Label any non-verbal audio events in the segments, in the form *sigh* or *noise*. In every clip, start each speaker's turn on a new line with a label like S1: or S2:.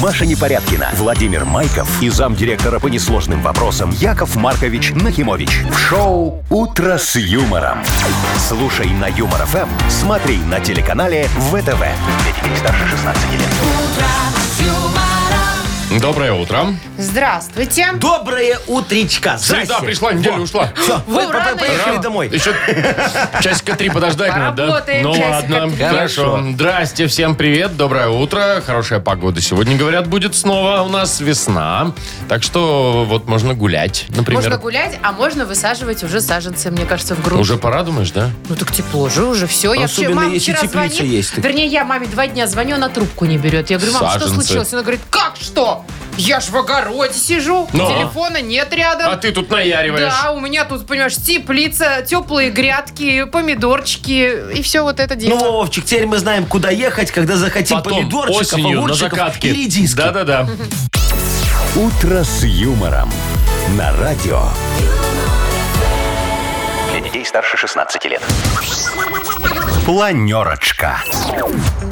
S1: Маша Непорядкина, Владимир Майков и замдиректора по несложным вопросам Яков Маркович Нахимович. В шоу «Утро с юмором». Слушай на Юмор ФМ, смотри на телеканале ВТВ. Для детей старше 16 лет.
S2: Доброе утро.
S3: Здравствуйте.
S4: Доброе утречка.
S2: Среда
S4: Здрасте.
S2: пришла, неделя
S4: Во.
S2: ушла.
S4: Всё, вы
S3: Ура,
S4: по- по- поехали
S3: наверное.
S4: домой.
S2: Еще часика три подождать надо. да?
S3: Поработаем
S2: Ну
S3: часика
S2: ладно,
S3: три.
S2: хорошо.
S4: Хорошо.
S2: Здрасте, всем привет, доброе утро. Хорошая погода сегодня, говорят, будет снова. У нас весна, так что вот можно гулять, например.
S3: Можно гулять, а можно высаживать уже саженцы, мне кажется, в грудь.
S2: Уже пора, думаешь, да?
S3: Ну так тепло же уже, все. я
S4: Особенно,
S3: вчера, мама
S4: если
S3: вчера
S4: теплица
S3: звонит,
S4: есть, так-
S3: вернее, я маме два дня звоню, она трубку не берет. Я говорю, мам, что
S2: Саженцы.
S3: случилось? Она говорит, как что? Я ж в огороде сижу,
S4: а?
S2: Ну.
S3: телефона нет рядом.
S2: А ты тут наяриваешь.
S3: Да, у меня тут, понимаешь, теплица, теплые грядки, помидорчики и все вот это дело.
S4: Ну, Вовчик, теперь мы знаем, куда ехать, когда захотим
S2: Потом
S4: Типа помидорчиков,
S2: осенью на
S4: огурчиков
S2: закатке.
S4: и редиски.
S2: Да-да-да.
S1: «Утро с юмором» на радио. Для детей старше 16 лет. Планерочка.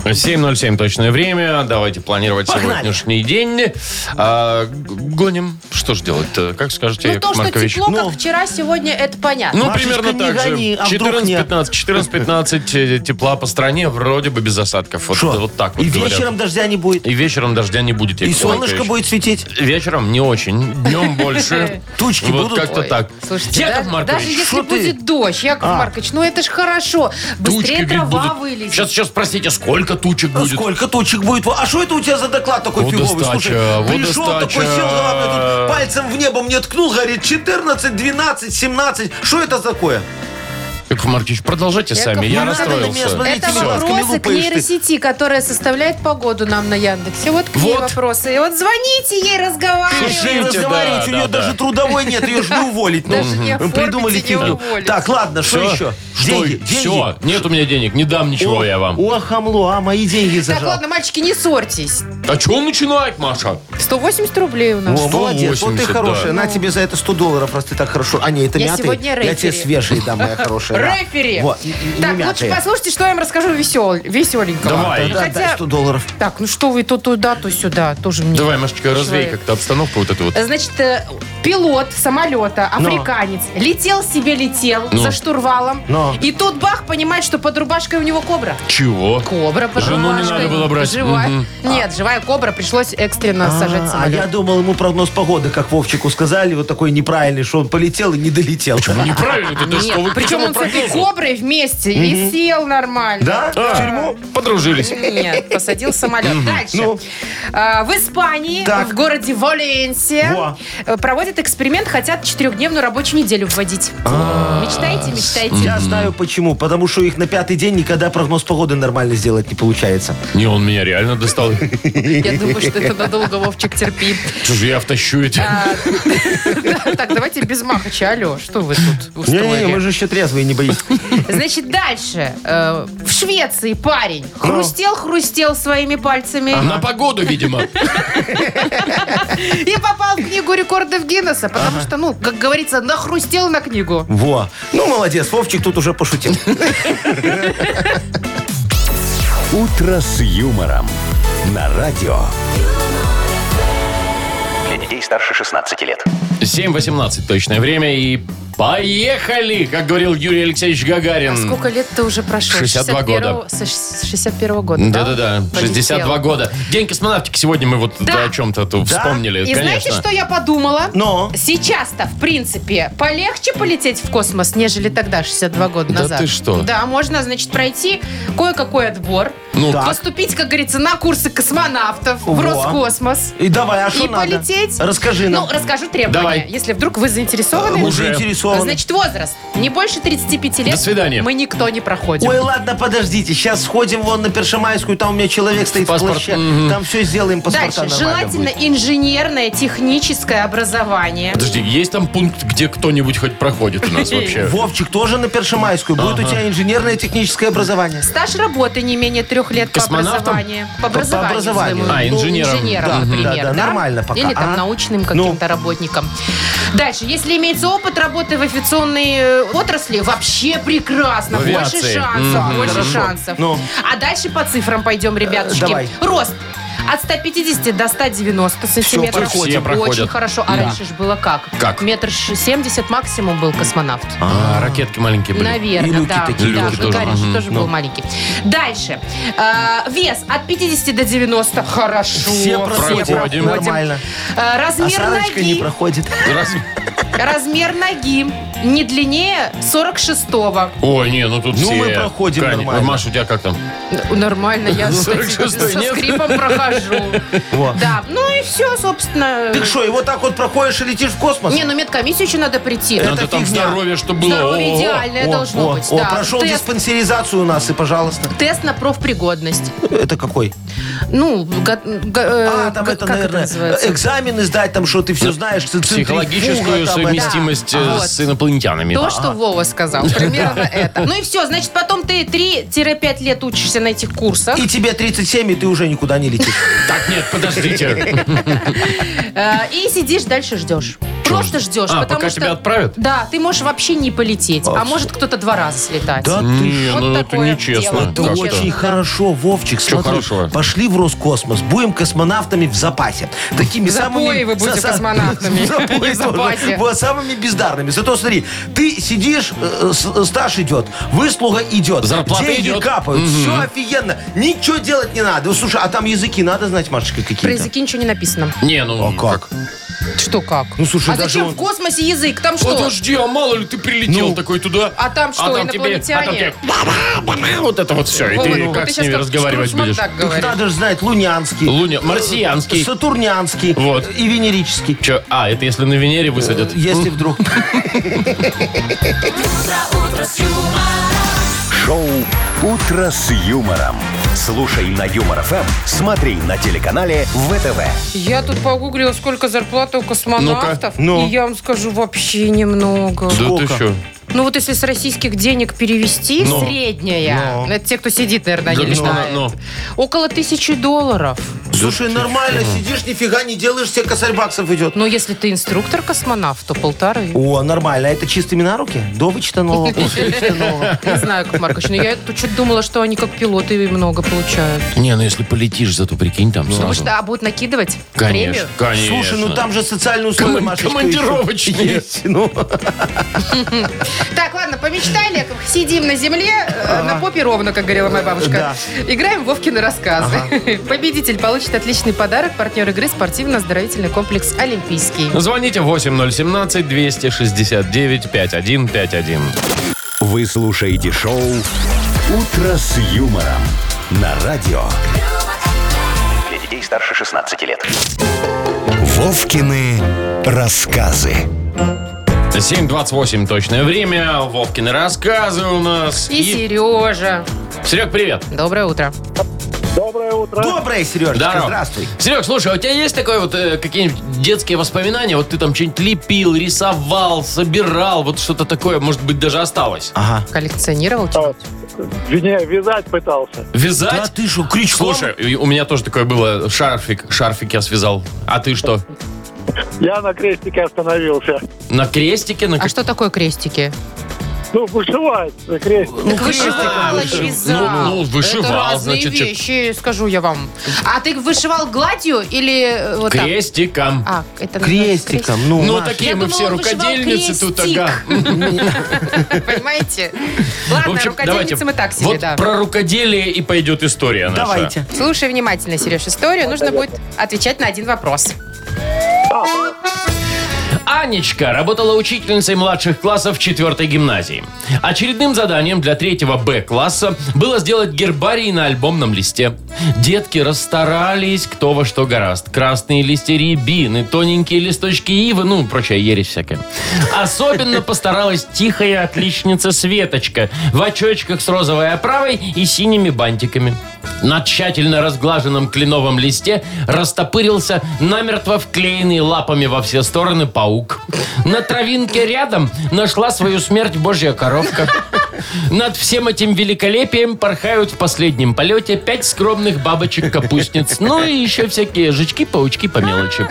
S2: 7.07 точное время. Давайте планировать
S4: Погнали.
S2: сегодняшний день. А, г- гоним. Что ж делать-то? Как скажете,
S3: Ну,
S2: Яков
S3: то, что
S2: Маркович?
S3: тепло,
S4: Ну.
S3: как вчера, сегодня, это понятно.
S2: Ну,
S4: Машечка,
S2: примерно
S4: не
S2: так
S4: гони, а
S2: же.
S4: вдруг
S2: 14-15 14-15 э, тепла по стране, вроде бы без осадков. Вот,
S4: Шо?
S2: вот так вот
S4: И
S2: говорят.
S4: вечером дождя не будет,
S2: И вечером дождя не будет.
S4: и
S2: Яков
S4: солнышко
S2: Маркович.
S4: будет светить.
S2: Вечером не очень, днем
S3: *laughs*
S2: больше.
S4: Тучки
S2: Вот
S4: будут.
S2: как-то
S3: Ой,
S2: так.
S3: Слушайте,
S2: Яков
S3: да-
S2: Маркович,
S3: даже если
S4: шо ты?
S3: будет дождь, Яков
S4: А.
S3: Маркович, ну это ж хорошо. Быстрее трава вылезет.
S2: Сейчас, сейчас, простите, сколько тучек
S4: А
S2: будет?
S4: Сколько точек будет? Во, А что это у тебя за доклад такой фиговый? Слушай,
S2: Водостача,
S4: пришел такой,
S2: водостача.
S4: сел, ладно, тут пальцем в небо мне ткнул, говорит, 14, 12, 17. Что это такое?
S2: Яков Маркович, продолжайте
S3: Яков
S2: сами, я
S3: Маркович,
S4: надо на меня
S2: расстроился.
S4: смотреть.
S3: Это
S4: Смотрите, пожалуйста,
S3: вопросы к
S4: лупаешь ты.
S3: нейросети, которая составляет погоду нам на Яндексе. Вот к ней
S2: Вот.
S3: вопросы. И вот звоните ей,
S2: Слушай,
S3: разговаривайте.
S4: Ей
S2: Извините,
S4: разговорить,
S2: да,
S4: у нее
S2: да,
S4: даже
S2: да.
S4: трудовой нет, ее же не уволить. ну.
S3: Даже не
S4: Вы
S3: оформить
S4: Придумали
S3: и не
S4: фигню.
S3: уволить.
S4: Так, ладно, что еще?
S2: Что?
S4: Деньги, деньги.
S2: Все, нет у меня денег, не дам ничего
S4: О,
S2: я вам.
S4: О, хамло, а мои деньги
S3: Так,
S4: зажал.
S3: ладно, мальчики, не ссорьтесь.
S2: А чего начинать, Маша?
S3: 180 рублей у нас.
S4: О, молодец, вот ты
S2: 180,
S4: хорошая.
S2: да.
S4: На тебе за это 100 долларов, раз ты так хорошо. А, не, это
S3: Ну. Я
S4: мятые.
S3: сегодня
S4: Я тебе
S3: рэфери.
S4: свежие дам, моя хорошая. да.
S3: Рэфери.
S4: Вот, и- и- и
S3: так, лучше
S4: мятые.
S3: послушайте, что я вам расскажу весел... веселенького.
S2: Давай.
S4: Да,
S3: Хотя-
S4: да, 100 долларов.
S3: Так, ну что вы то туда, то сюда. Тоже мне.
S2: Давай, Машечка, развей
S3: Человек.
S2: как-то обстановку вот эту вот.
S3: Значит, э, пилот самолета, африканец, летел себе летел
S2: Ну.
S3: за штурвалом.
S4: Но.
S3: И тут бах, понимает, что под рубашкой у него кобра.
S2: Чего?
S3: Кобра под
S2: Жену не
S3: рубашкой.
S2: надо было брать.
S3: Живая.
S2: Мгм.
S3: Нет, живая кобра пришлось экстренно сажать в
S4: А, я
S3: самолет.
S4: думал, ему прогноз погоды, как Вовчику сказали, вот такой неправильный, что он полетел и не долетел.
S2: Неправильно, ты да
S3: Нет,
S2: что вы к
S3: причем
S2: какому
S3: он с этой
S2: прогнозу?
S3: коброй вместе и сел нормально.
S4: Да?
S2: А, Подружились.
S3: Нет, посадил самолет. Дальше.
S4: Ну.
S3: А, В Испании,
S4: Так.
S3: в городе Валенсия,
S4: Во.
S3: э, проводят эксперимент, хотят четырехдневную рабочую неделю вводить. Мечтаете, мечтаете.
S4: Я знаю почему. Потому что их на пятый день никогда прогноз погоды нормально сделать не получается.
S2: Не, он меня реально достал.
S3: Я думаю, что это надолго, Вовчик, терпи.
S2: Что же я втащу эти?
S3: А. Да, Так, давайте без Махача. Алло, что вы тут
S4: Не-не-не, мы
S3: устроили?
S4: же еще трезвые,
S2: *laughs*
S4: не боитесь.
S3: Значит, дальше. Э, В Швеции парень хрустел-хрустел своими пальцами
S2: На погоду, видимо.
S3: и попал в книгу рекордов Гиннесса, потому что, ну, как говорится, нахрустел на книгу.
S4: Во. Ну, молодец, Вовчик тут уже пошутил.
S1: «Утро с юмором» на радио. Для детей старше 16 лет.
S2: 7.18 точное время и поехали, как говорил Юрий Алексеевич
S3: А
S2: Гагарин.
S3: сколько лет-то уже прошло?
S2: 62 года.
S3: С 61 года,
S2: Да-да-да, 62
S3: Полетело.
S2: года. День космонавтики сегодня мы вот
S3: Да.
S2: о чем-то тут
S4: Да.
S2: вспомнили,
S3: И знаете,
S2: Э, конечно.
S3: что я подумала?
S4: Но.
S3: Сейчас-то, в принципе, полегче полететь в космос, нежели тогда, 62 года
S2: Да
S3: назад.
S2: ты что?
S3: Да, можно, значит, пройти кое-какой отбор,
S2: Ну,
S4: Так.
S3: поступить, как говорится, на курсы космонавтов в
S4: Во.
S3: Роскосмос.
S4: И давай, а что
S3: И
S4: надо?
S3: полететь.
S4: Расскажи нам. Э,
S3: Ну, расскажу требования,
S2: Давай.
S3: если вдруг вы заинтересованы.
S4: Мы
S2: уже.
S4: заинтересованы.
S3: Значит, возраст. Не больше 35 лет.
S2: До свидания.
S3: Мы никто не проходим.
S4: Ой, ладно, подождите. Сейчас сходим вон на Першемайскую, там у меня человек стоит
S2: Паспорт,
S4: в плаще.
S2: мгм.
S4: Там все сделаем, паспорта
S3: Дальше.
S4: нормально
S3: Желательно
S4: будет.
S3: инженерное, техническое образование.
S2: Подожди, есть там пункт, где кто-нибудь хоть проходит у
S3: *laughs*
S2: нас вообще?
S4: Вовчик тоже на Першемайскую. Будет у тебя инженерное техническое образование.
S3: Стаж работы не менее трех лет по
S2: Космонавтом?
S3: образованию. По
S4: по
S3: своему.
S4: образованию.
S2: А,
S3: Ну,
S2: инженером.
S3: инженером,
S4: Да,
S3: например.
S4: да, да, нормально пока.
S3: Или там
S4: А?
S3: научным каким-то работником. Дальше, если имеется опыт работы в авиационной э, отрасли, вообще прекрасно.
S2: В
S3: Больше
S2: авиации.
S3: шансов, больше шансов.
S4: Ну.
S3: А дальше по цифрам пойдем, ребятушки.
S4: Э, давай.
S3: Рост. От 150 до 190 сантиметров.
S2: проходим. Все
S3: Очень
S2: проходят.
S3: хорошо. А раньше же было как?
S2: Как?
S3: Метр ш- 70 максимум был космонавт.
S2: А, ракетки маленькие были.
S3: Наверное,
S4: И люки
S3: да.
S4: такие
S3: да,
S2: тоже.
S3: Гагарин же
S2: Мгм,
S3: тоже
S2: ну.
S3: был маленький. Дальше. Э, вес от 50 до 90. Хорошо.
S4: Все проходят.
S2: проходим.
S4: Нормально.
S3: Э,
S4: А
S3: размер
S4: Сарочка не
S3: ноги.
S4: проходит.
S2: Раз-
S3: Размер ноги не длиннее 46-го.
S2: Ой, не, ну тут
S4: Ну,
S2: все.
S4: мы проходим
S2: Конечно.
S4: нормально.
S2: Маш, у тебя как там?
S3: Ну, Нормально, я кстати,
S2: 46-й,
S3: со
S2: нет?
S3: скрипом прохожу.
S4: *laughs*
S3: Да, ну и все, собственно.
S4: Ты что, и вот так вот проходишь и летишь в космос?
S3: Не, ну медкомиссию еще надо прийти.
S4: Это
S2: Надо там
S4: фигня.
S2: здоровье, чтобы было.
S3: Здоровье
S2: О,
S3: идеальное
S4: О,
S3: должно
S4: о,
S3: быть.
S4: о,
S3: да.
S4: прошел
S3: Тест-
S4: диспансеризацию у нас, и пожалуйста.
S3: Тест на профпригодность.
S4: Это какой?
S3: Ну, га- га- э,
S4: А, там
S3: ка- как это
S4: это, наверное,
S3: называется?
S4: экзамены сдать, там что ты все знаешь. ц- центрифуга
S2: Психологическую
S4: там, это.
S2: совместимость
S3: Да.
S2: э,
S3: А, Вот.
S2: с инопланетянами.
S3: То, что Вова сказал.
S2: *laughs*
S3: Примерно это. Ну и все. Значит, потом ты 3-5 лет учишься на этих курсах.
S4: И тебе 37, и ты уже никуда не летишь.
S2: Так, нет, подождите.
S3: э, И сидишь дальше ждешь. Просто ждешь.
S2: А,
S3: потому
S2: пока
S3: что-
S2: тебя отправят?
S3: Да, ты можешь вообще не полететь. А может кто-то два раза слетать.
S4: Да ты
S2: *laughs* Не,
S3: Вот
S2: ну это
S3: такое
S2: нечестно.
S3: дело.
S4: Это
S3: Ну,
S2: Как-то.
S4: очень
S3: честно, да.
S4: хорошо, Вовчик.
S2: Чё
S4: смотри,
S2: хорошего?
S4: Пошли в Роскосмос, будем космонавтами в запасе. Такими
S3: В запое
S4: самыми...
S3: вы будете космонавтами,
S4: *laughs* В запое
S3: *laughs* не в
S4: тоже.
S3: запасе.
S4: Вот, самыми бездарными. Зато смотри, ты сидишь, э, с- стаж идет, выслуга идет,
S2: Зарплата
S4: деньги
S2: идет.
S4: капают, все офигенно. Ничего делать не надо. Слушай, а там языки надо знать, Машечка,
S3: Про
S4: какие-то?
S3: языки ничего не написано.
S2: Не, ну
S4: А как?
S3: Что как?
S4: Ну, слушай,
S3: а
S4: даже
S3: зачем
S4: он-
S3: в космосе язык? Там что?
S2: Подожди, а мало ли ты прилетел
S4: Ну.
S2: такой туда.
S3: А там что,
S2: тебе-
S3: инопланетяне?
S2: а там тебе- Вот это вот все. И
S3: Вова,
S2: ты
S3: ну,
S2: как
S3: ты
S2: с ними
S3: щас
S2: разговаривать
S3: Скрудж
S2: будешь?
S3: Макдак
S4: Их
S3: говоришь.
S4: надо же знать лунянский.
S2: Луня-
S4: э,
S2: марсианский.
S4: Сатурнянский.
S2: Вот.
S4: И венерический.
S2: Чё, А, это если на Венере высадят?
S4: Если вдруг...
S1: Шоу «Утро с юмором». Слушай на Юмор ФМ, смотри на телеканале ВТВ.
S3: Я тут погуглила, сколько зарплата у космонавтов.
S4: Ну.
S3: И я вам скажу, вообще немного.
S2: Да ты
S4: Сколько?
S2: что?
S3: Ну вот если с российских денег перевести,
S2: Ну.
S3: средняя,
S4: Ну.
S3: это те, кто сидит, наверное, не
S2: Да, ну,
S3: летает,
S2: ну.
S3: около тысячи долларов.
S4: Слушай, нормально, сидишь, нифига не делаешь, тебе косарь баксов идет.
S3: Но если ты инструктор-космонавт, то полторы.
S4: О, нормально. А Это чистыми на руки? До
S2: *laughs*
S4: вычета нового, после вычета нового.
S3: Ну, Не знаю, как Маркович, но я тут что-то думала, что они как пилоты много получают.
S2: Не, ну если полетишь, зато прикинь там
S3: Потому
S2: сразу.
S3: что, а будут накидывать
S2: Конечно,
S3: премию?
S2: конечно.
S4: Слушай, ну там же социальные условия,
S2: Коман-
S4: Машечка,
S2: командировочные.
S4: еще есть. Ну,
S3: Так, ладно, помечтали, сидим на земле, э, на попе ровно, как говорила моя бабушка. Играем в Вовкины рассказы. *laughs* Победитель получит отличный подарок, партнер игры спортивно-оздоровительный комплекс «Олимпийский».
S2: Звоните 8017-269-5151.
S1: Вы слушаете шоу «Утро с юмором» на радио. Для детей старше 16 лет. Вовкины рассказы.
S2: 7.28 точное время. Вовкины рассказы у нас.
S3: И Сережа.
S2: Серег, привет.
S3: Доброе утро.
S5: Доброе утро.
S4: Доброе, Сережечка,
S2: Здорово.
S4: здравствуй.
S2: Серег, слушай, а у тебя есть такое вот э, какие-нибудь детские воспоминания? Вот ты там что-нибудь лепил, рисовал, собирал, вот что-то такое, может быть, даже осталось.
S4: Ага.
S3: Коллекционировал? что ли?
S5: Не, вязать пытался.
S4: Да
S2: Вязать?
S4: ты что, крючком?
S2: Слушай, и у меня тоже такое было. Шарфик, шарфик я связал. А ты что?
S5: Я на крестике остановился.
S2: На крестике? На
S3: А что такое крестики?
S5: Ну, вышивать на крестике.
S4: Ну, крестиком
S3: вышивал,
S4: вышил.
S3: вязал.
S2: Ну, ну, вышивал,
S3: Это разные
S2: значит, чё-
S3: вещи, скажу я вам. А ты вышивал гладью или э, вот так?
S2: Крестиком.
S3: А, это называется крестик.
S4: Крестиком, ну,
S2: Ну,
S4: Маш,
S2: такие
S3: Я
S2: мы
S3: думала,
S2: все
S3: он вышивал
S2: рукодельницы тут,
S3: крестик.
S2: ага. *laughs*
S3: Понимаете?
S2: В
S3: Ладно,
S2: общем, давайте.
S3: рукодельницы мы так себе,
S2: вот
S3: да.
S2: про рукоделие и пойдет история наша.
S4: Давайте.
S3: Слушай внимательно, Сереж, историю. Нужно будет отвечать на один вопрос.
S2: Анечка работала учительницей младших классов 4 гимназии. Очередным заданием для 3 Б класса было сделать гербарий на альбомном листе. Детки расстарались, кто во что гораст. Красные листья рябины, тоненькие листочки ивы, ну, прочая ересь всякая. Особенно постаралась тихая отличница Светочка в очочках с розовой оправой и синими бантиками. На тщательно разглаженном кленовом листе растопырился намертво вклеенный лапами во все стороны паук. На травинке рядом нашла свою смерть божья коровка. Над всем этим великолепием порхают в последнем полете пять скромных бабочек-капустниц. Ну и еще всякие жучки, паучки по мелочи.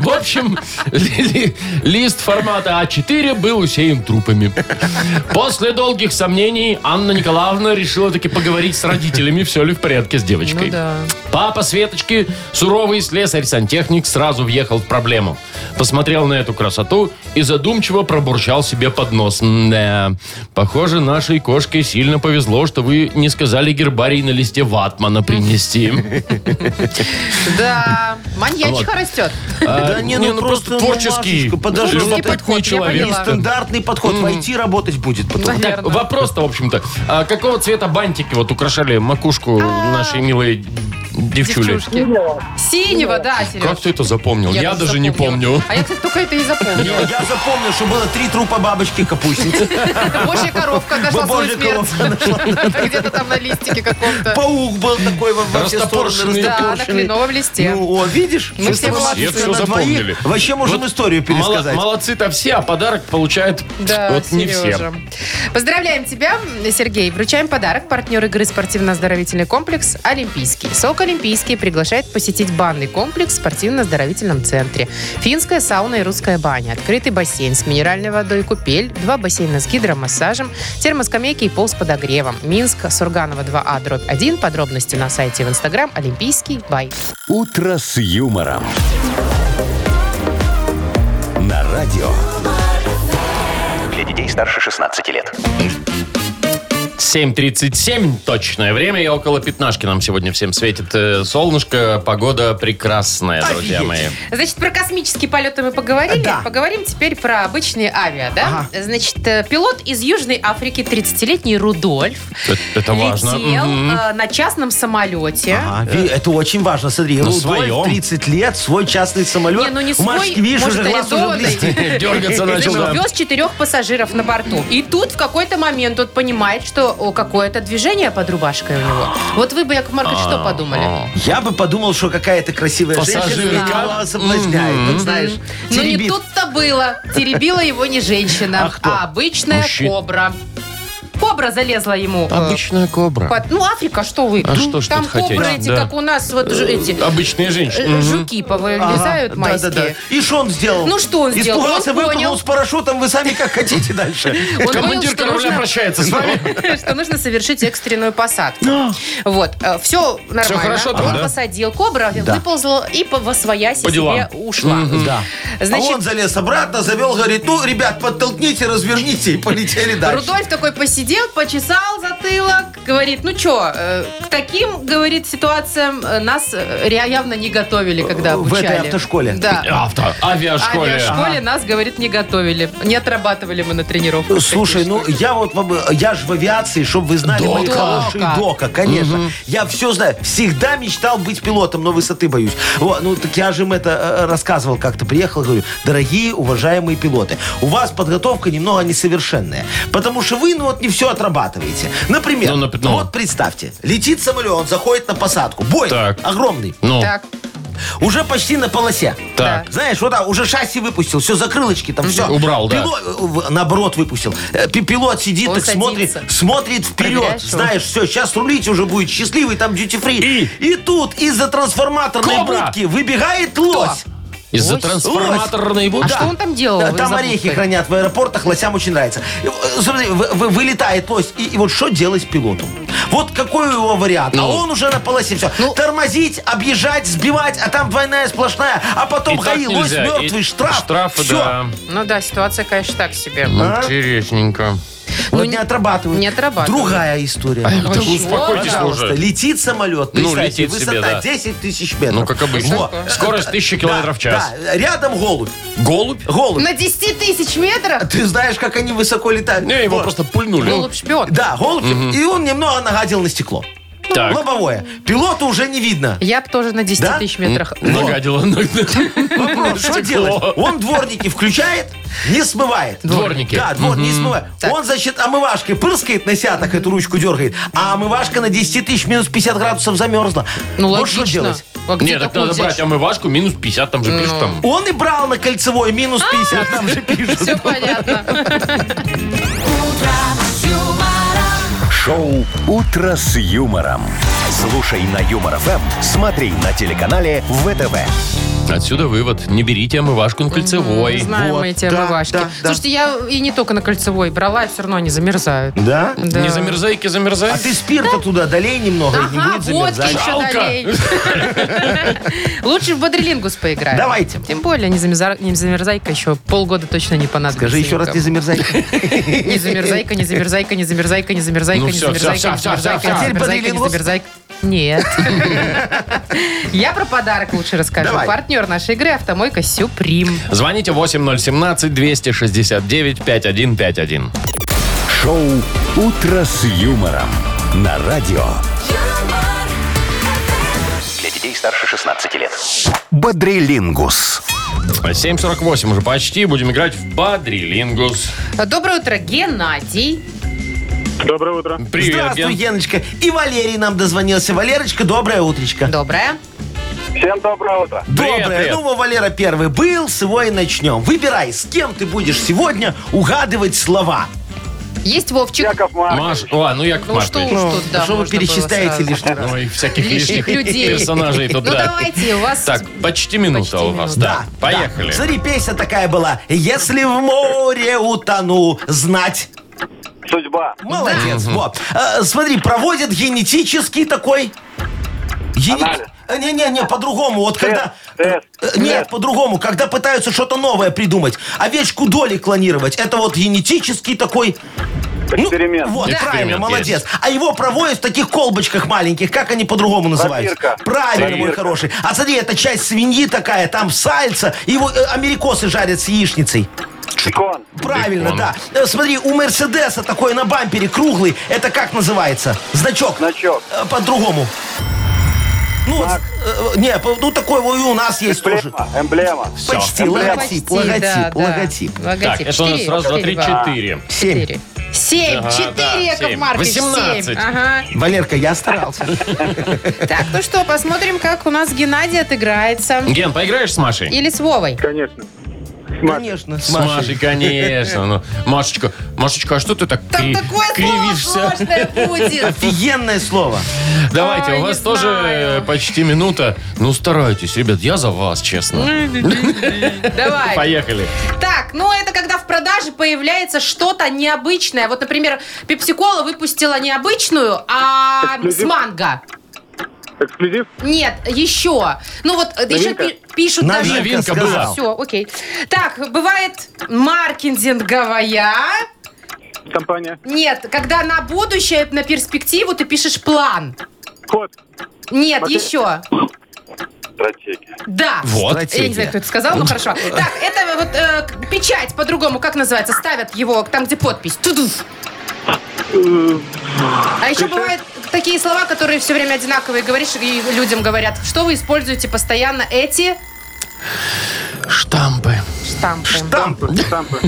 S2: В общем, ли- ли- лист формата А4 был усеян трупами. После долгих Ну сомнений Анна Николаевна решила таки поговорить с родителями, все ли в порядке с девочкой.
S3: Ну да.
S2: Папа Светочки, суровый слесарь-сантехник, сразу въехал в проблему. Посмотрел на эту красоту и задумчиво пробурчал себе под нос. «Мда, похоже, нашей кошке сильно повезло, что вы не сказали гербарий на листе ватмана принести.
S3: Да, маньячка растет.
S2: А,
S4: Да не, ну просто, ну,
S2: творческий,
S4: Машечка, подожди,
S3: Творческий
S4: ну,
S2: любопытный
S3: подход, я
S2: человек.
S3: поняла.
S4: Стандартный подход. В IT работать будет потом.
S3: Да.
S2: Так,
S3: Верно.
S2: вопрос-то, в общем-то. А какого цвета бантики вот украшали макушку нашей милой девчули?
S3: А. Девчушки. Синего, да, Сереж.
S2: Как ты это запомнил? Я,
S3: тоже
S2: даже не
S3: запомнила.
S2: помню.
S3: А я, кстати, только это и запомнила.
S4: Я запомнил, что было три трупа бабочки капустницы.
S3: Божья коровка нашла свою
S4: Божья
S3: смерть.
S4: коровка
S3: *laughs* Где-то там на листике каком-то.
S4: Паук был такой во во все стороны
S2: Растопоршенный.
S3: Да, на
S4: растопоршенный.
S3: кленовом листе.
S4: Ну, о, видишь?
S3: Мы
S4: Что ж
S3: все
S4: вы,
S3: молодцы.
S4: Машечка,
S2: Все
S4: на
S2: запомнили.
S4: двоих? Вообще можем
S2: Вот
S4: историю *laughs* пересказать.
S2: Мало- Молодцы-то все, а подарок получают
S3: Да,
S2: вот не
S3: Сережа.
S2: все.
S3: Поздравляем тебя, Сергей. Вручаем подарок. Партнер игры спортивно-оздоровительный комплекс «Олимпийский». СОК «Олимпийский» приглашает посетить банный комплекс в спортивно-оздоровительном центре. Финская сауна и русская баня. Открытый бассейн с минеральной водой, купель, два бассейна с гидромассажем, термоскамейки и пол с подогревом. Минск, Сурганова 2А, дробь 1. Подробности на сайте и в Инстаграм «Олимпийский бай».
S1: «Утро с юмором». На радио.
S6: Для детей старше 16 лет.
S2: 7.37 точное время, и около пятнашки нам сегодня всем светит э, солнышко, погода прекрасная, друзья мои.
S3: Значит, про космические полеты мы поговорили.
S4: Да.
S3: Поговорим теперь про обычные авиа, да? Значит, э, пилот из Южной Африки, 30-летний Рудольф,
S2: Это, это важно.
S3: летел
S2: Мгм.
S3: э, на частном самолете.
S4: Ага, А, ви-
S2: Э.
S4: это очень важно. Смотри, Рудольф,
S2: своем.
S4: 30 лет, свой частный самолет.
S3: Не, ну не
S4: У Машечки,
S3: свой,
S4: видишь,
S3: может,
S4: уже глаз уже
S3: арендованный. *laughs*
S4: блестит.
S2: Дергаться начал. да.
S3: Значит, вез четырех пассажиров на борту. И тут в какой-то момент он понимает, что о, какое-то движение под рубашкой у него. Вот вы бы, Яков Маркович, что подумали?
S4: Я бы подумал, что какая-то красивая женщина
S2: Пассажирка.
S4: Николая соблазняет. Вот знаешь,
S3: Но Ну, не
S4: теребит.
S3: тут-то было. Теребила его не женщина,
S4: А кто?
S3: обычная
S2: Мужчина.
S3: кобра. Кобра залезла ему э,
S2: Обычная кобра.
S3: Под- Ну, Африка, что вы?
S2: А что ж
S3: Там
S2: тут хотеть?
S3: кобры эти,
S2: Да.
S3: как у нас, вот ж- эти
S2: Обычные женщины.
S3: э,
S2: Мгм.
S3: жуки
S4: Ага,
S3: повылезают майские.
S4: да-да-да. И что он сделал?
S3: Ну, что он сделал?
S4: Испугался,
S3: Он понял.
S4: выпрыгнул с парашютом, вы сами как
S3: *laughs*
S4: хотите дальше.
S3: э, Он понял,
S2: Командир
S3: что
S2: корабля
S3: нужно,
S2: прощается с
S4: *laughs*
S2: вами.
S3: *laughs* что нужно совершить экстренную посадку. Вот, все нормально.
S2: хорошо там,
S3: он
S2: да?
S3: посадил кобра, выползла и по восвоясь
S2: По делам.
S3: себе ушла.
S4: Да.
S3: Значит,
S4: а он залез обратно, завел, говорит, ну, ребят, подтолкните, разверните и полетели дальше.
S3: Рудольф такой посидел, почесал затылок, говорит, ну чё, э, к таким, говорит, ситуациям э, нас э, ре- явно не готовили, когда
S4: В этой
S3: обучали.
S4: автошколе.
S3: Да.
S2: Авто.
S3: А в
S2: Авиашколе.
S3: школе нас, говорит, не готовили. Не отрабатывали мы на тренировках.
S4: Слушай, ну я вот вам, э, я же в авиации, чтобы вы знали, мои
S3: Дока.
S4: хорошие
S3: Дока.
S4: дока, конечно. Я все знаю. Всегда мечтал быть пилотом, но высоты боюсь. Вот, ну так я же им это э, рассказывал как-то. Приехал, говорю, дорогие, уважаемые пилоты, у вас подготовка немного несовершенная, потому что вы, ну вот не все отрабатываете. Например,
S2: Ну, нап- ну.
S4: вот представьте, летит самолет, он заходит на посадку, бой
S2: Так.
S4: огромный,
S2: Ну,
S3: Так,
S4: уже почти на полосе.
S2: так.
S4: Знаешь, вот так, уже шасси выпустил, все, закрылочки там, все.
S2: Убрал, да.
S4: наоборот, выпустил. Э, пи- Пилот сидит,
S3: Он
S4: так смотрит,
S3: садится.
S4: смотрит вперед.
S3: Проверяешь его.
S4: Знаешь, все, сейчас рулить уже будет счастливый, там дьюти-фри. И? тут из-за трансформаторной
S2: Кобра!
S4: будки выбегает лось.
S2: Из-за
S3: Ось,
S2: трансформаторной
S3: а
S2: будки.
S3: что он там делал?
S4: Да,
S3: за
S4: Там
S3: будкой?
S4: орехи хранят в аэропортах, лосям очень нравится. И, э, смотри, вы- вы- вылетает лось, и, и вот что делать пилоту? Вот какой у его вариант? А
S2: Ну.
S4: он уже на полосе все.
S3: Ну.
S4: Тормозить, объезжать, сбивать, а там двойная сплошная, а
S2: И
S4: потом
S2: так
S4: гаи, лось
S2: нельзя. И
S4: мертвый, штраф.
S2: Штрафы,
S4: Всё.
S2: да.
S3: Ну да, ситуация, конечно, так себе.
S4: Ну,
S2: Интересненько.
S4: Вот
S3: Ну,
S4: не
S3: не-
S4: отрабатывают.
S3: не отрабатывают.
S4: Другая история.
S2: да вы успокойтесь
S4: Пожалуйста,
S2: уже.
S4: летит самолет, представьте,
S2: Ну, летит себе,
S4: высота
S2: да.
S4: 10 тысяч метров.
S2: Ну, как обычно.
S4: Во.
S2: Скорость 1000 километров в час.
S4: Да, рядом голубь.
S2: Голубь?
S4: Голубь.
S3: На 10 тысяч метров?
S4: Ты знаешь, как они высоко летают?
S2: Не, его
S4: Вот.
S2: просто пульнули.
S3: Голубь Ну, шпион.
S4: Да, голубь. И он немного нагадил на стекло. Ну,
S2: Так.
S4: Лобовое. Пилота уже не видно.
S3: Я бы тоже на 10
S4: Да? Ну,
S3: тысяч метрах.
S2: Нагадила. *laughs*
S4: Вопрос, Ну, что делать? Он дворники включает, не смывает.
S2: Дворники.
S4: Да, двор не смывает. Он, значит, омывашкой пырскает на себя, так эту ручку дергает, а омывашка на 10 тысяч минус 50 градусов замерзла.
S3: Ну
S4: вот
S3: логично.
S4: что делать?
S3: А где
S2: Нет, так
S3: такую
S2: надо брать
S3: взять?
S2: омывашку, минус 50, там же пишут там.
S4: Он и брал на кольцевой минус
S3: А.
S4: 50, там же
S2: *laughs*
S4: пишут.
S3: Все
S4: *laughs*
S3: понятно.
S1: Шоу «Утро с юмором». Слушай на Юмор ФМ, смотри на телеканале ВТВ.
S2: Отсюда вывод. Не берите омывашку на кольцевой.
S3: Знаем
S4: Вот,
S3: мы эти
S4: да,
S3: омывашки.
S4: да, да.
S3: Слушайте, я и не только на кольцевой брала, и все равно они замерзают.
S4: Да?
S3: Да.
S2: Не замерзайки, замерзай.
S4: А ты спирта туда долей немного, и не
S3: Ага,
S4: будет
S3: водки
S4: замерзать.
S3: еще
S2: Жалко.
S3: долей. *laughs* Лучше в бодрелингус поиграем.
S4: Давайте.
S3: Тем более, не, замерза- не замерзайка еще полгода точно не понадобится.
S4: Скажи еще раз, не
S3: никому.
S4: замерзай.
S3: Не замерзайка, не замерзайка, не замерзайка, не замерзайка,
S2: Ну
S3: не
S2: всё, всё,
S3: замерзайка, не
S2: всё,
S3: замерзайка,
S2: всё,
S3: не
S4: всё.
S3: замерзайка, не
S4: Теперь
S3: замерзайка. Нет. *laughs* Я про подарок лучше расскажу.
S4: Давай.
S3: Партнер нашей игры «Автомойка Сюприм».
S2: Звоните 8017-269-5151.
S1: Шоу «Утро с юмором» на радио.
S7: юмор,
S6: Для детей старше 16 лет.
S1: Бодрилингус.
S2: 7.48 уже почти. Будем играть в Бадрилингус.
S3: Доброе утро, Геннадий.
S5: Доброе утро.
S2: Привет,
S4: Здравствуй,
S2: Ген.
S4: Геночка. И Валерий нам дозвонился. Валерочка, доброе утречко.
S3: Доброе.
S5: Всем доброе утро.
S4: Доброе.
S2: привет.
S4: Ну, во, Валера первый был, с его и начнем. Выбирай, с кем ты будешь сегодня угадывать слова.
S3: Есть Вовчик.
S5: Яков
S2: Маш... О, ну Яков
S3: Ну что
S2: Маркович.
S3: уж тут, да,
S4: что вы
S3: можно было
S4: перечисляете
S3: сразу.
S4: лишний раз?
S2: Ой, Ну всяких лишних,
S3: Лишних людей.
S2: персонажей тут,
S3: Ну
S2: да.
S3: давайте, у вас...
S2: Так, почти минута
S3: Почти
S2: у вас,
S3: минута.
S2: да. Поехали.
S4: Да. Смотри, песня такая была. Если в море утону, знать.
S5: Судьба.
S4: Молодец, вот. А, смотри, проводят генетический такой... гене- А, Не-не-не, по-другому. Вот когда...
S5: тест,
S4: Э, Нет, по-другому. Когда пытаются что-то новое придумать. Овечку доли клонировать. Это вот генетический такой... Ну,
S5: Эксперимент.
S4: вот,
S2: Эксперимент
S4: правильно,
S2: есть.
S4: молодец. А его проводят в таких колбочках маленьких. Как они по-другому называются?
S5: Пробирка.
S4: Правильно, мой
S5: Пробирка.
S4: хороший. А смотри, это часть свиньи такая, там сальца. Его э, америкосы жарят с яичницей.
S5: Чекон.
S4: Правильно,
S2: Бекон.
S4: да. Э, Смотри, у Мерседеса такой на бампере круглый. Это как называется? Значок.
S5: Значок.
S4: Э, По-другому. Ну, вот, э, не, по- ну такой вот и у нас есть тоже.
S5: Эмблема.
S4: Почти, логотип,
S3: Почти,
S4: логотип,
S3: да, да.
S4: логотип.
S2: Так,
S3: Логотип.
S2: это у нас
S3: Четыре,
S2: сразу два, три,
S3: четыре, два.
S2: четыре.
S4: Семь.
S3: Четыре. Семь,
S2: Ага, да,
S3: четыре, Яков
S2: семь.
S3: Маркович,
S2: Восемнадцать.
S3: семь. Ага.
S4: Валерка, я старался.
S3: Так, ну что, посмотрим, как у нас Геннадий отыграется.
S2: Ген, поиграешь с Машей?
S3: Или с Вовой.
S5: Конечно.
S4: Конечно, с
S2: С Машей,
S4: Машей.
S2: конечно. ну. Машечка, Машечка, а что ты так
S3: Там
S2: кри-
S3: такое слово
S2: кривишься?
S3: сложное
S2: *laughs*
S3: будет.
S4: Офигенное слово.
S2: Давайте,
S3: Ай,
S2: у
S3: не
S2: вас тоже
S3: знаю.
S2: э, почти минута. Ну, старайтесь, ребят, я за вас, честно.
S3: Давай.
S2: Поехали.
S3: Так, ну это когда в продаже появляется что-то необычное. Вот, например, пепсикола выпустила необычную, а с
S5: Эксклюзив?
S3: манго.
S5: Эксклюзив.
S3: Нет, еще. Ну вот э, еще
S5: Новинка?
S3: пи- пишут
S4: Новинка
S2: Новинка была.
S3: Все, окей. Так, бывает маркетинговая.
S5: Компания.
S3: Нет, когда на будущее, на перспективу ты пишешь план.
S5: Код.
S3: Нет,
S5: Маркетинг.
S3: еще.
S5: Стратегия.
S3: Да.
S2: Вот.
S3: Я не знаю, кто это сказал, но хорошо. Так, это вот э, к- печать по-другому, как называется? Ставят его там, где подпись. Тудуф. А еще бывают такие слова, которые все время одинаковые говоришь, и людям говорят, что вы используете постоянно эти
S2: Штампы.
S3: штампы.
S5: Штампы. Штампы.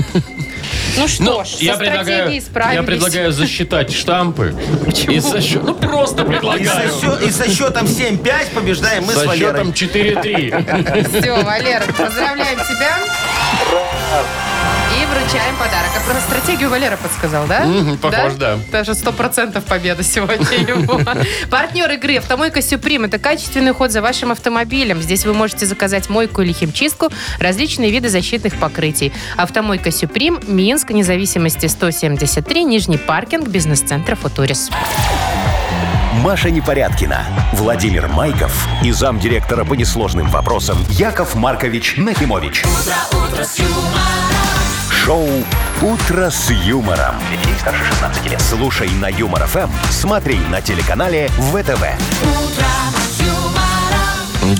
S3: Ну что
S2: Ну,
S3: ж,
S2: я
S3: со стратегией
S2: предлагаю,
S3: справились.
S2: я
S3: *laughs*
S2: предлагаю засчитать
S4: *laughs*
S2: штампы. И со счет- ну, просто
S4: И со,
S2: предлагаю.
S4: счё- и со счетом 7-5 побеждаем мы с
S2: Со счетом
S4: Валерой.
S2: 4-3.
S3: Все, Валера, поздравляем тебя. И вручаем подарок. А про стратегию Валера подсказал, да?
S2: Мгм, похож, да.
S3: Даже сто процентов победа сегодня *laughs* его. Партнер игры «Автомойка Сюприм» — это качественный уход за вашим автомобилем. Здесь вы можете заказать мойку или химчистку, различные виды защитных покрытий. «Автомойка Сюприм», Минск, независимости 173, Нижний паркинг, бизнес-центр «Футурис».
S1: Маша Непорядкина, Владимир Майков и замдиректора по несложным вопросам Яков Маркович Нахимович. Шоу «Утро с юмором».
S6: Для детей старше 16 лет.
S1: Слушай на Юмор ФМ, смотри на телеканале ВТВ.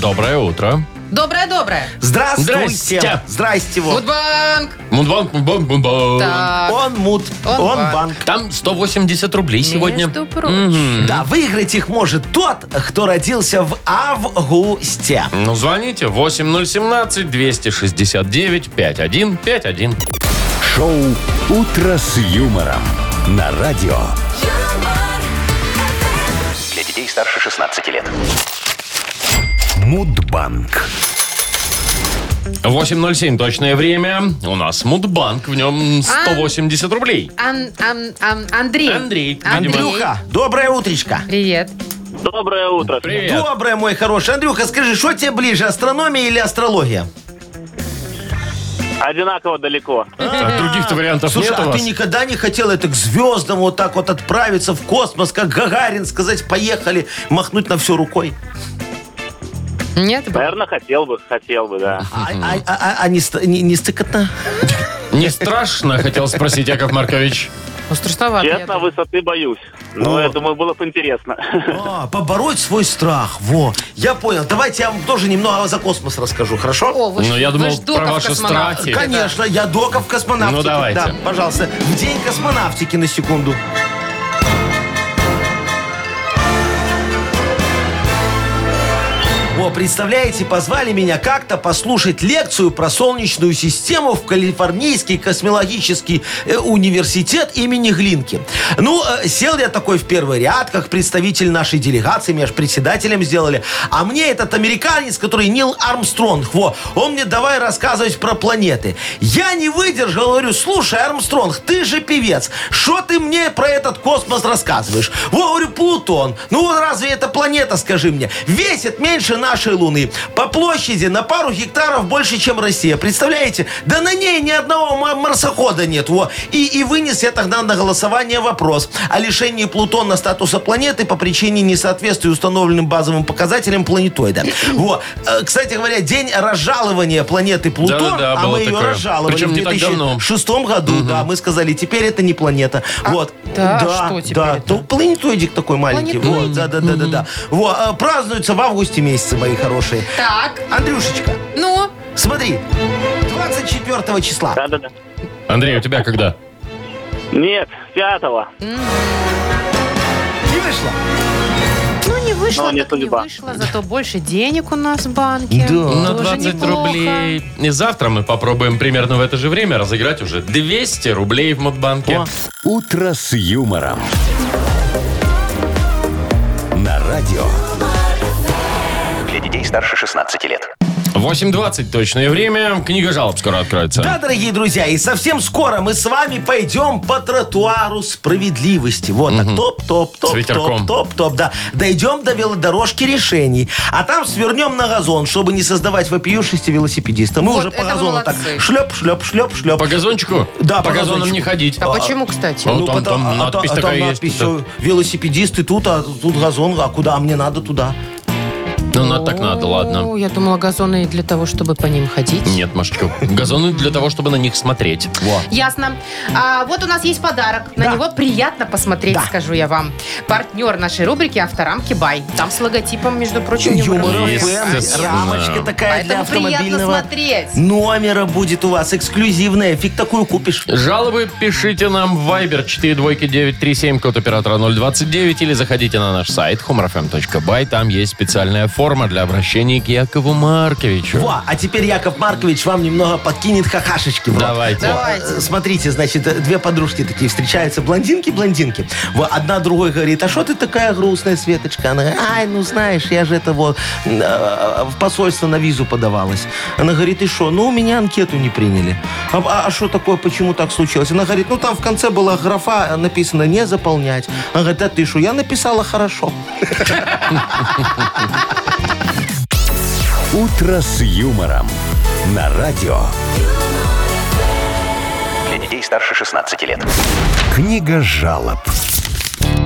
S2: *laughs* Доброе утро.
S3: Доброе-доброе.
S4: Здравствуйте.
S2: Здрасте.
S4: Здрасте. вот.
S3: Гудбанк.
S2: Мудбанк, мудбанк, мудбанк.
S3: Так.
S4: Он мут,
S3: Он
S4: он
S3: банк.
S4: банк.
S2: Там 180 рублей сегодня.
S3: Между прочим.
S4: Да, выиграть их может тот, кто родился в августе.
S2: Ну, звоните 8017-269-5151.
S1: Шоу «Утро с юмором» на радио.
S7: юмор,
S6: Для детей старше 16 лет.
S1: Мудбанк.
S2: 8.07 точное время. У нас Мудбанк, в
S4: А?
S2: нем 180 рублей.
S3: Ан- ан- ан- Андрей.
S2: Андрей, видимо.
S4: Андрюха, доброе утречко.
S3: Привет.
S5: Доброе утро.
S2: Привет.
S4: Доброе, мой хороший. Андрюха, скажи, что тебе ближе, астрономия или астрология?
S5: Одинаково далеко.
S2: Так, А Других-то вариантов
S4: Слушай,
S2: нет у
S4: а
S2: вас?
S4: ты никогда не хотел это к звездам вот так вот отправиться в космос, как Гагарин, сказать «поехали», махнуть на все рукой?
S3: Нет, б-
S5: Наверное, хотел бы, хотел бы, да.
S4: А, а- а- а не, ст- не- не стыкотно?
S2: Не страшно, хотел спросить Яков Маркович.
S3: ну страшновато. я
S5: Честно,
S3: думаю.
S5: высоты боюсь. Но
S4: О.
S5: я думаю, было бы интересно. *laughs*
S4: А, побороть свой страх, во. Я понял. Давайте я вам тоже немного за космос расскажу, хорошо?
S3: О, вы ж-
S2: Ну, я
S3: вы
S2: думал,
S3: ж доков
S2: про ваши
S3: космонавт.
S2: страхи.
S4: Конечно, я дока в космонавтике.
S2: Ну, давайте.
S4: Да, пожалуйста, в день космонавтики на секунду. О, представляете, позвали меня как-то послушать лекцию про Солнечную систему в Калифорнийский космологический э, университет имени Глинки. Ну, э, сел я такой в первый ряд, как представитель нашей делегации, меня же председателем сделали. А мне этот американец, который Нил Армстронг, во, он мне давай рассказывать про планеты. Я не выдержал, говорю, слушай, Армстронг, ты же певец, что ты мне про этот космос рассказываешь? Во, говорю, Плутон, ну вот разве это планета, скажи мне, весит меньше нашей Луны, по площади на пару гектаров больше, чем Россия, представляете? Да на ней ни одного ма- марсохода нет, во. И, и вынес я тогда на голосование вопрос о лишении Плутона статуса планеты по причине несоответствия установленным базовым показателям планетоида. Во. Э, Кстати говоря, день разжалования планеты Плутон,
S2: Да-да-да,
S4: а
S2: было
S4: мы ее
S2: такое.
S4: разжаловали
S2: Причем
S4: в
S2: не так давно.
S4: 2006 году, да, мы сказали, теперь это не планета. вот.
S3: А, да, что теперь
S4: да.
S3: это?
S4: То планетоидик такой маленький. Вот, да, да, да, да, да. Вот, э, празднуется в августе месяце, мои хорошие.
S3: Так,
S4: Андрюшечка,
S3: ну,
S4: смотри, 24 числа.
S5: Да-да-да.
S2: Андрей, у тебя когда?
S5: Нет, пятого.
S4: Не вышло?
S3: ну не вышло,
S5: Но не
S3: так не
S5: судьба.
S3: вышло, зато больше денег у нас в банке.
S4: Да.
S2: На
S3: Тоже
S2: 20
S3: неплохо.
S2: рублей. И завтра мы попробуем примерно в это же время разыграть уже 200 рублей в Модбанке.
S1: «Утро с юмором». На радио.
S6: Для детей старше 16 лет.
S2: 8.20 точное время. Книга жалоб скоро откроется.
S4: Да, дорогие друзья, и совсем скоро мы с вами пойдем по тротуару справедливости. Вот так,
S2: С ветерком.
S4: топ-топ-топ-топ, топ-топ, да. Дойдем до велодорожки решений, а там свернем на газон, чтобы не создавать вопиюшести велосипедиста. Мы
S3: Вот
S4: уже по
S3: это вы
S4: газону так
S3: молодцы.
S4: шлеп-шлеп-шлеп-шлеп.
S2: По газончику?
S4: Да,
S2: по,
S4: по
S2: газонам
S4: газончику.
S2: не ходить.
S3: А почему, кстати?
S2: Ну, там- там
S4: а- а-
S2: надпись
S4: а там
S2: такая есть,
S4: надпись,
S2: вот
S4: э, Велосипедисты тут, а тут газон, а куда? А мне надо туда.
S2: Ну, на- так надо, ладно.
S3: О, Ну, Я думала, газоны для того, чтобы по ним ходить.
S2: Нет, Машечка, газоны для того, чтобы на них смотреть.
S3: Ясно. А, вот у нас есть подарок. На него приятно посмотреть, скажу я вам. Партнер нашей рубрики «Авторамки Бай». Там с логотипом, между прочим,
S4: Юмор
S2: Юмор.
S4: ФМ,
S2: Естественно.
S4: рамочка такая для
S3: Поэтому приятно
S4: автомобильного
S3: смотреть.
S4: номера будет у вас эксклюзивная. Фиг такую купишь.
S2: Жалобы пишите нам в Viber 42937, код оператора 029, или заходите на наш сайт humorfm.by. Там есть специальная форма для обращения к Якову Марковичу.
S4: Во, а теперь Яков Маркович вам немного подкинет хахашечки. в рот.
S2: Давайте.
S4: Во,
S3: Давайте.
S4: э, Смотрите, значит, э, две подружки такие встречаются, блондинки-блондинки. Во, одна другой говорит, а что ты такая грустная, Светочка? Она говорит, ай, ну знаешь, я же это вот м, э, в посольство на визу подавалась. Она говорит, и что? Ну, у меня анкету не приняли. А что такое, почему так случилось? Она говорит, ну там в конце была графа, э, написано «не заполнять». Она говорит, да ты что, я написала «хорошо».
S1: «Утро с юмором». На радио.
S6: Для детей старше 16 лет.
S1: Книга жалоб.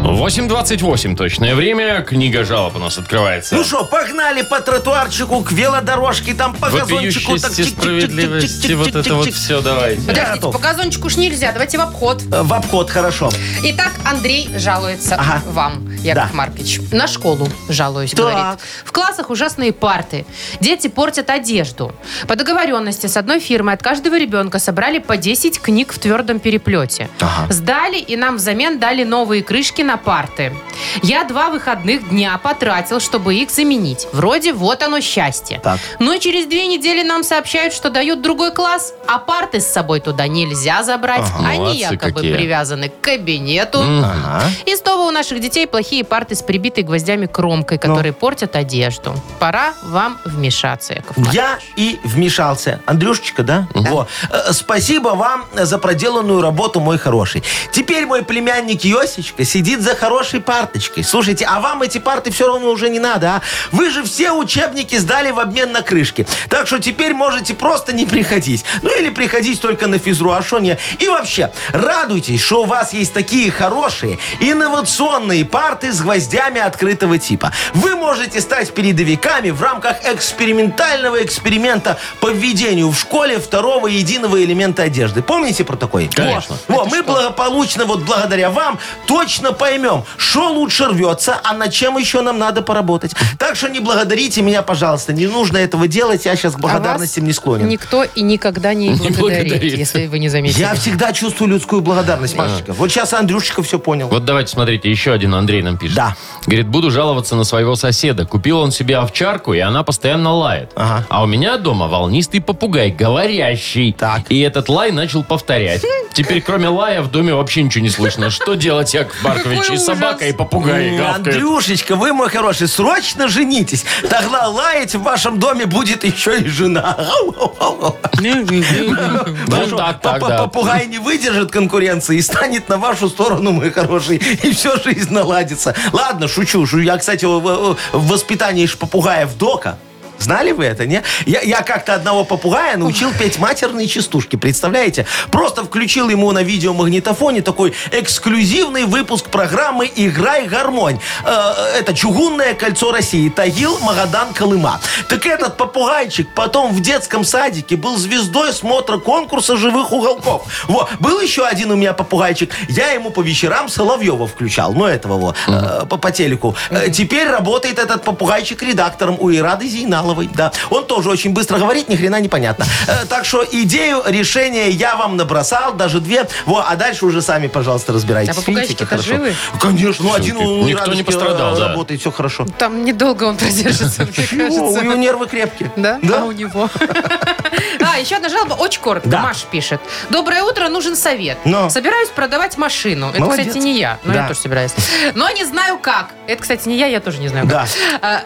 S2: 8.28 точное время. Книга жалоб у нас открывается.
S4: Ну что, погнали по тротуарчику к велодорожке, там по газончику. так
S2: Вопиющести,
S4: чик-чик-чик-чик-чик-чик-чик.
S2: справедливости, вот это вот все, давайте.
S4: Я
S3: Подождите,
S4: готов.
S3: по газончику уж нельзя, давайте в обход.
S4: Э, В обход, хорошо.
S3: Итак, Андрей жалуется
S4: Ага.
S3: вам, Яков
S4: Да.
S3: Маркович. На школу жалуюсь,
S4: Так.
S3: говорит. В классах ужасные парты. Дети портят одежду. По договоренности с одной фирмой от каждого ребенка собрали по 10 книг в твердом переплете.
S4: Ага.
S3: Сдали и нам взамен дали новые крышки на парты. Я два выходных дня потратил, чтобы их заменить. Вроде вот оно счастье.
S4: Так.
S3: Но Ну через две недели нам сообщают, что дают другой класс, а парты с собой туда нельзя забрать.
S2: Ага.
S3: Они
S2: Молодцы
S3: якобы
S2: какие.
S3: привязаны к кабинету.
S2: Мгм.
S4: Ага.
S3: И 100 Снова у наших детей плохие парты с прибитой гвоздями кромкой, которые
S4: Ну.
S3: портят одежду. Пора вам вмешаться, Яков Маркович.
S4: Я и вмешался. Андрюшечка, да? Во. Э, Спасибо вам за проделанную работу, мой хороший. Теперь мой племянник Йосечка сидит за хорошей парточкой. Слушайте, а вам эти парты все равно уже не надо, а? Вы же все учебники сдали в обмен на крышки. Так что теперь можете просто не приходить. Ну или приходить только на физру, а шо не? И вообще, радуйтесь, что у вас есть такие хорошие, инновационные парты с гвоздями открытого типа. Вы можете стать передовиками в рамках экспериментального эксперимента по введению в школе второго единого элемента одежды. Помните про такой?
S2: Конечно.
S4: Во, во, мы благополучно, вот благодаря вам, точно поймем, что лучше рвется, а над чем еще нам надо поработать. Так что не благодарите меня, пожалуйста. Не нужно этого делать, я сейчас к благодарностям не склонен.
S3: А Никто и никогда не благодарит,
S2: благодарит.
S3: если вы не заметили.
S4: Я всегда чувствую людскую благодарность, Машечка. Вот сейчас Андрюшечка все понял.
S2: Вот давайте, смотрите, еще один Андрей нам пишет.
S4: Да.
S2: Говорит, буду жаловаться на своего соседа. Купил он себе овчарку, и она постоянно лает.
S4: Ага.
S2: А у меня дома волнистый попугай, говорящий.
S4: Так.
S2: И этот лай начал повторять. Теперь кроме лая в доме вообще ничего не слышно. Что делать, Яков Маркович?
S3: Какой
S2: И собака,
S3: ужас.
S2: и попугай
S4: М,
S2: гавкают.
S4: Андрюшечка, вы мой хороший, срочно женитесь. Тогда лаять в вашем доме будет еще и жена.
S2: Ну, так, так,
S4: Папа-
S2: да.
S4: Попугай не выдержит конкуренции и станет на вашу сторону, мой хороший, *laughs* и все жизнь наладится. Ладно, шучу. шу- Я, кстати, в- в в воспитании ж попугаев дока. Знали вы это, не? Я, я как-то одного попугая научил петь матерные частушки, представляете? Просто включил ему на видеомагнитофоне такой эксклюзивный выпуск программы «Играй гармонь». Э, Это «Чугунное кольцо России», Тагил, Магадан, Колыма. Так этот попугайчик потом в детском садике был звездой смотра конкурса «Живых уголков». Во, был еще один у меня попугайчик. Я ему по вечерам Соловьева включал. Ну, этого вот, по, по телеку. Э, Теперь работает этот попугайчик редактором у Ирады Зейналовой. Да. Он тоже очень быстро говорит, ни хрена непонятно. Э, Так что идею, решение я вам набросал, даже две. Во, а дальше уже сами, пожалуйста, разбирайтесь.
S3: А попугайчики-то
S4: Видите, как хорошо.
S3: живы?
S4: Конечно, ну один у
S2: Никто
S4: Ирадочки,
S2: не пострадал,
S4: э,
S2: да.
S4: работает, все хорошо.
S3: Там недолго он
S4: *laughs*
S3: продержится, мне кажется.
S4: Чего? У него нервы крепкие.
S3: Да? А у него. *laughs* А, еще одна жалоба, очень коротко.
S4: Да.
S3: Маш пишет. Доброе утро, нужен совет.
S4: Но.
S3: Собираюсь продавать машину. Это,
S4: Молодец.
S3: кстати, не я. Но
S4: Да.
S3: я тоже собираюсь. Но не знаю как. Это, кстати, не я, я тоже не знаю как.
S4: Да.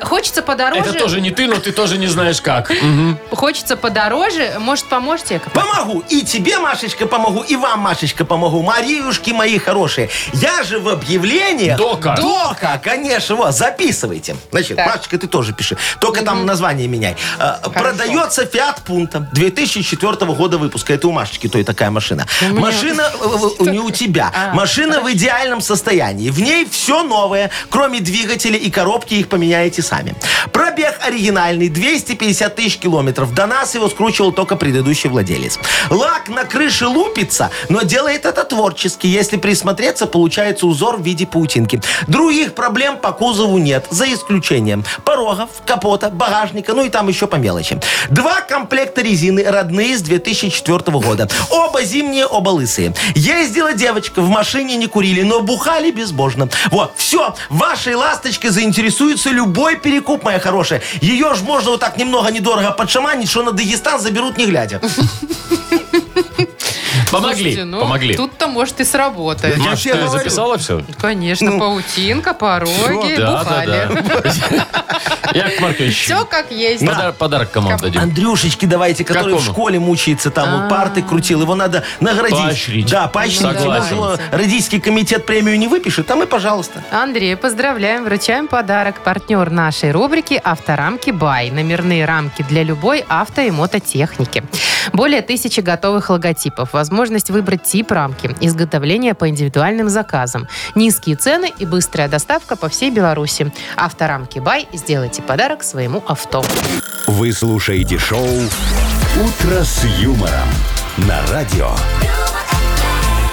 S3: А, Хочется подороже.
S2: Это тоже не ты, но ты тоже не знаешь как. Мгм.
S3: Хочется подороже. Может, поможете? Яков Маркович?
S4: Помогу. И тебе, Машечка, помогу, и вам, Машечка, помогу. Мариюшки мои хорошие. Я же в объявлении...
S2: Дока.
S4: Дока, конечно. Вот, записывайте. Значит,
S3: Так.
S4: Машечка, ты тоже пиши. Только там название меняй. Э, Продается Fiat Punto 2004 года выпуска. Это у Машечки той такая машина. Машина э, э, не у тебя. Машина в идеальном состоянии. В ней все новое, кроме двигателя и коробки, их поменяете сами. Пробег оригинальный, 250 тысяч километров. До нас его скручивал только предыдущий владелец. Лак на крыше лупится, но делает это творчески. Если присмотреться, получается узор в виде паутинки. Других проблем по кузову нет, за исключением порогов, капота, багажника, ну и там еще по мелочи. Два комплекта резины родные с 2004 года. Оба зимние, оба лысые. Ездила девочка, в машине не курили, но бухали безбожно. Вот, все, вашей ласточкой заинтересуется любой перекуп, моя хорошая. Ее ж можно вот так немного недорого подшаманить, что на Дагестан заберут не глядя.
S2: Помогли,
S3: Слушайте, ну,
S2: помогли.
S3: Тут-то, может, и сработать.
S4: Да я
S2: Маш,
S4: тебе
S2: ты
S4: говорю.
S2: записала все?
S3: Конечно,
S4: Ну.
S3: паутинка, пороги, бухали.
S2: *laughs* Яков Маркович,
S3: Все как есть.
S2: подар- подарок кому отдадим?
S4: Андрюшечке давайте, который
S2: Какому?
S4: в школе мучается, там у парты крутил. Его надо наградить.
S2: Поощрить.
S4: Да, поощрить. Ему
S2: Согласен.
S4: же Родительский комитет премию не выпишет, там и пожалуйста.
S3: Андрей, поздравляем, вручаем подарок. Партнер нашей рубрики «Авторамки Бай». Номерные рамки для любой авто и мототехники. Более тысячи готовых логотипов, возможность выбрать тип рамки, изготовление по индивидуальным заказам, низкие цены и быстрая доставка по всей Беларуси. Авторамки Бай. Сделайте подарок своему авто.
S1: Вы слушаете шоу «Утро с юмором» на радио.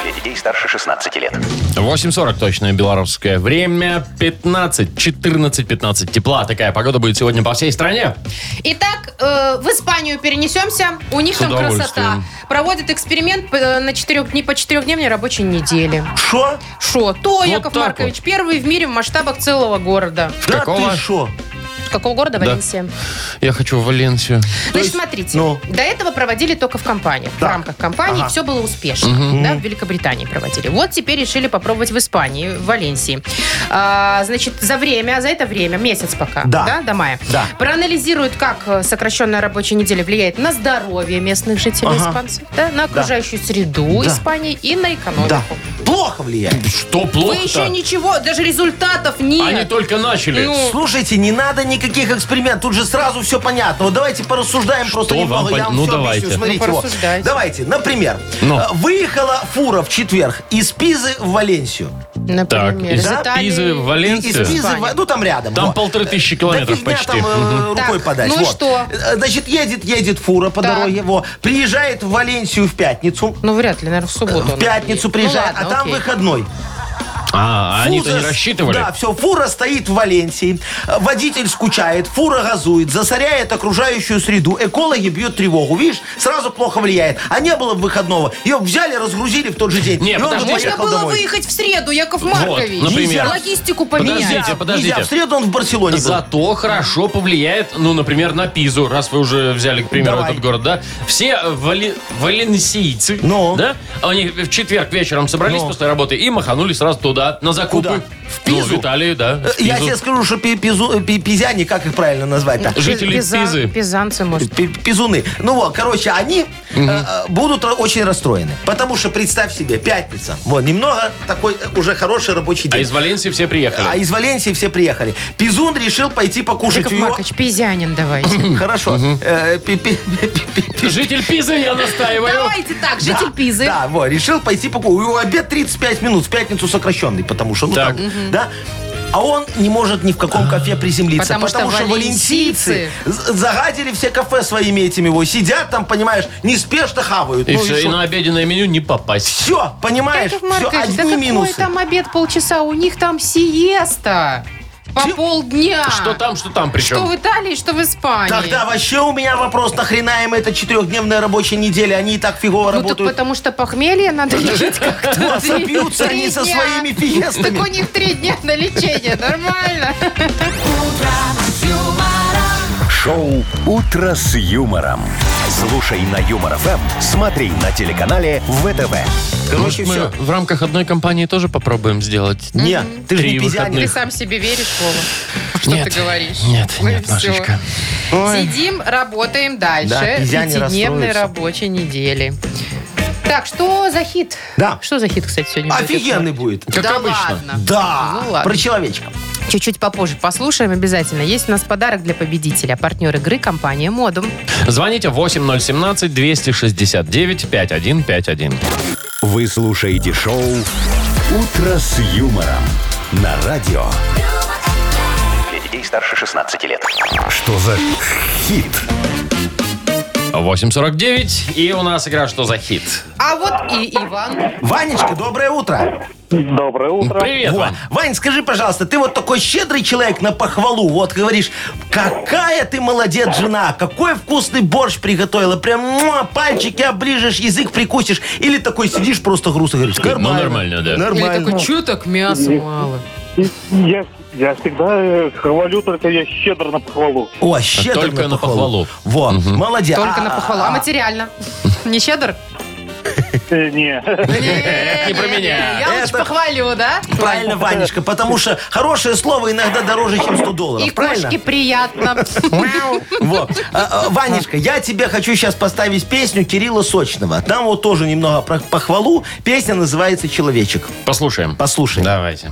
S6: Для детей старше 16 лет.
S2: 8.40 точное белорусское время. 15, 14, 15 тепла. Такая погода будет сегодня по всей стране.
S3: Итак, э, в Испанию перенесемся. У них
S2: С
S3: там красота.
S2: удовольствием.
S3: Проводят эксперимент э, на четырех дней по четырехдневной рабочей неделе.
S4: Шо?
S3: Шо? То, Яков
S2: так
S3: Маркович, первый в мире в масштабах целого города.
S4: Да
S2: Какого?
S4: ты шо?
S8: Какого города?
S2: Да.
S8: Валенсия.
S2: Я хочу в Валенсию.
S4: есть,
S3: Значит, смотрите,
S4: ну.
S3: до этого проводили только в компании. В
S4: Так.
S3: рамках компании все было успешно. Да, в Великобритании проводили. Вот теперь решили попробовать в Испании, в Валенсии. А, значит, за время, за это время, месяц пока,
S4: Да.
S3: до мая,
S4: Да.
S3: проанализируют, как э, сокращенная рабочая неделя влияет на здоровье местных жителей
S4: Ага.
S3: испанцев, да, на окружающую среду
S4: Да.
S3: Испании и на
S2: Ну.
S3: экономику.
S4: Да. Плохо влияет.
S2: Что
S3: Вы
S2: плохо
S3: еще ничего, даже результатов нет.
S2: Они только начали.
S3: Ну,
S4: Слушайте, не надо никаких экспериментов. Тут же сразу все понятно. Вот давайте порассуждаем просто
S2: вам
S4: немного.
S2: пон-
S4: Я вам
S2: ну,
S4: все
S2: давайте.
S4: объясню. Смотрите,
S3: Ну,
S4: вот.
S3: порассуждайте.
S4: Давайте, например,
S2: Ну.
S4: э, выехала фура в четверг из Пизы в Валенсию.
S2: Так,
S3: например,
S2: из
S3: из Италии.
S2: Пизы в
S4: И-
S2: Валенсию.
S4: Из Пизы, в- ну там рядом.
S2: Там
S4: вот.
S2: полторы тысячи километров
S4: Да фигня
S2: почти.
S4: там, э,
S2: Мгм.
S4: рукой
S3: Так,
S4: подать.
S3: ну и
S4: вот.
S3: что?
S4: Э, Значит, едет, едет фура по
S3: Так.
S4: дороге, его, приезжает в Валенсию в пятницу.
S3: Ну, вряд ли, наверное, в субботу.
S4: В
S3: он
S4: пятницу
S3: приедет.
S4: приезжает,
S3: Ну,
S4: а
S3: ладно,
S4: там
S3: окей.
S4: выходной.
S2: А, а они-то не
S4: Фуза-
S2: рассчитывали.
S4: Да, все, фура стоит в Валенсии, э, водитель скучает, фура газует, засоряет окружающую среду, экологи бьют тревогу, видишь, сразу плохо влияет. А не было бы выходного, ее взяли, разгрузили в тот же день.
S2: Не,
S4: и он бы
S2: подождите.
S4: поехал
S3: Можно было
S4: домой.
S3: выехать в среду, Яков Маркович.
S2: Вот, например.
S3: Логистику поменять.
S2: Подождите, подождите.
S4: Нельзя, в среду он в Барселоне был.
S2: Зато хорошо повлияет, ну, например, на Пизу, раз вы уже взяли, к примеру,
S4: Давай.
S2: этот город, да? Все э, вали- валенсийцы,
S4: Ну.
S2: да? Они в четверг вечером собрались
S4: Ну.
S2: после работы и маханули сразу туда, на закупы.
S4: Куда? В Пизу?
S2: Ну, в Италию, да.
S4: Э,
S2: в
S4: Я
S2: Пизу.
S4: тебе скажу, что пи- пизу- э, пи- пизяне, как их правильно назвать-то?
S2: Ж- Жители Пизы.
S3: Пизанцы, может.
S4: Пи- Пизуны. Ну вот, короче, они э, э, будут ра- очень расстроены. Потому что, представь себе, пятница. Вот, немного такой э, уже хороший рабочий
S2: А
S4: день.
S2: из Валенсии все приехали.
S4: А из Валенсии все приехали. Пизун решил пойти покушать.
S3: Яков
S4: у него-
S3: Маркович,
S2: *laughs*
S3: пизянин давайте.
S4: Хорошо. Э, пи- пи- пи- пи- пи-
S2: Житель Пизы, я настаиваю.
S3: Давайте так, житель Пизы.
S4: Да, вот, решил пойти покушать. У него обед 35 минут, в пятницу сокращенный, потому что, ну,
S2: Так. А.
S4: там, да, а он не может ни в каком кафе приземлиться,
S3: Потому
S4: потому,
S3: что
S4: что,
S3: валенсийцы
S4: валенсийцы з- загадили все кафе своими этими его. Сидят там, понимаешь, неспешно хавают.
S2: И
S4: Ну,
S2: все, и
S4: шо?
S2: на обеденное меню не попасть.
S4: Все, понимаешь,
S3: Яков
S4: все,
S3: Маркович, да
S4: одни
S3: какой
S4: минусы.
S3: там обед полчаса? У них там сиеста. По
S4: Чё? А.
S3: полдня.
S2: Что там, что там
S3: Что
S2: причем.
S3: в Италии, что в Испании. Ну,
S4: Тогда вообще у меня вопрос, нахрена им эта четырехдневная рабочая неделя? Они и так фигово
S3: ну так
S4: работают.
S3: потому что похмелье надо *laughs* лечить
S4: *laughs*
S3: как-то.
S4: Да, Собьются
S3: Три
S4: они со
S3: дня.
S4: своими
S3: Так у
S4: фиестами.
S3: них три дня на лечение, нормально.
S1: Шоу «Утро с юмором». Слушай на Юмор ФМ, смотри на телеканале ВТВ.
S4: Короче,
S2: Мы
S4: все.
S2: в рамках одной компании тоже попробуем сделать.
S4: Не, ты же
S2: Три
S4: не
S2: выходных.
S3: Ты
S4: пизянин.
S3: сам себе веришь, Вова, что
S2: Нет.
S3: ты говоришь?
S2: Нет,
S3: Ну и
S2: нет,
S3: всё.
S2: Машечка.
S3: Сидим, работаем дальше.
S4: Да, пизяне
S3: Пятидневной
S4: расстроятся.
S3: рабочей недели. Так, что за хит?
S4: Да.
S3: Что за хит, кстати, сегодня будет?
S4: Офигенный будет.
S2: Как
S3: да
S2: обычно.
S3: ладно.
S4: Да,
S3: Ну ладно.
S4: про человечка.
S3: Чуть-чуть попозже послушаем обязательно. Есть у нас подарок для победителя. Партнер игры компания Модум.
S2: Звоните 8017-269-5151.
S1: Вы слушаете шоу «Утро с юмором» на радио.
S6: Для детей старше 16 лет.
S1: Что за хит?
S2: 8.49, и у нас игра «Что за хит?».
S3: А вот и Иван.
S4: Ванечка, доброе утро.
S5: Доброе утро.
S2: Привет,
S4: Во.
S2: Вань.
S4: Вань, скажи, пожалуйста, ты вот такой щедрый человек на похвалу. Вот говоришь, какая ты молодец, жена, какой вкусный борщ приготовила. Прям муа, пальчики оближешь, язык прикусишь. Или такой сидишь просто грустно говоришь. Нормально.
S2: Ну, нормально, да.
S3: Или такой, чё так мяса мало?
S5: Я, я всегда э, хвалю, только я щедро на похвалу.
S4: О, щедро
S2: Только на похвалу.
S4: Во, молодец.
S3: Только
S4: А,
S3: на похвалу. А материально? Не щедр?
S5: Э, Не. *laughs*
S3: Не
S2: про меня.
S3: э, Я лучше
S4: Это-
S3: похвалю, да?
S4: Правильно, Ванечка, потому что хорошее слово иногда дороже, чем 100 долларов.
S3: И
S4: правильно?
S3: кошке приятно. *laughs*
S4: Вот. А, а, Ванечка, я тебе хочу сейчас поставить песню Кирилла Сочного. Там вот тоже немного про похвалу. Песня называется «Человечек».
S2: Послушаем.
S4: Послушай.
S2: Давайте.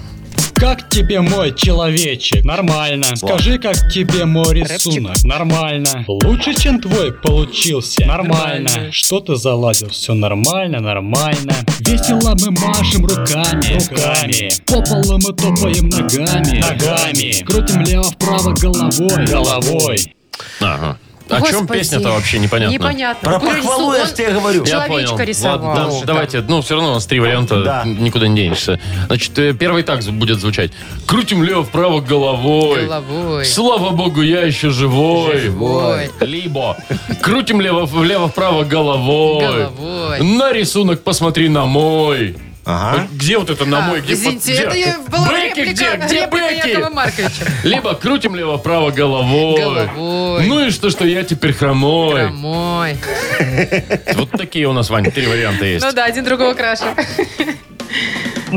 S9: Как тебе мой человечек? Нормально. Скажи, как тебе мой рисунок? Нормально. Лучше, чем твой получился? Нормально. Что ты заладил? Все нормально, нормально. Весело мы машем руками, руками. По полу мы топаем ногами, ногами. Крутим лево-вправо головой, головой.
S2: Ага. О чем
S3: Господи.
S2: песня-то вообще непонятно?
S3: Непонятно.
S4: Про
S3: Какой
S4: похвалу я
S3: рисунок?
S4: же тебе говорю.
S2: Я
S3: Человечка
S2: понял.
S3: рисовал.
S2: Ладно, да,
S3: Там.
S2: давайте, ну, все равно у нас три варианта,
S4: Да.
S2: никуда не денешься. Значит, э, первый так зв- будет звучать. Крутим лево-вправо головой.
S3: Головой.
S2: Слава богу, я еще живой.
S3: Живой.
S2: Либо крутим лево- влево-вправо головой.
S3: Головой.
S2: На рисунок посмотри на мой.
S9: А?
S4: Ага.
S2: Где вот это на мой, где под-
S3: А, Извините,
S2: где?
S3: это была
S2: Бэки где?
S3: реплика,
S2: Где
S3: реплика
S2: Бэки?
S3: Якова Марковича.
S2: Либо крутим лево-право головой.
S3: Головой.
S2: Ну и что, что я теперь хромой.
S3: Домой.
S2: Вот такие у нас, Вань, три варианта есть.
S3: Ну да, один другого краше.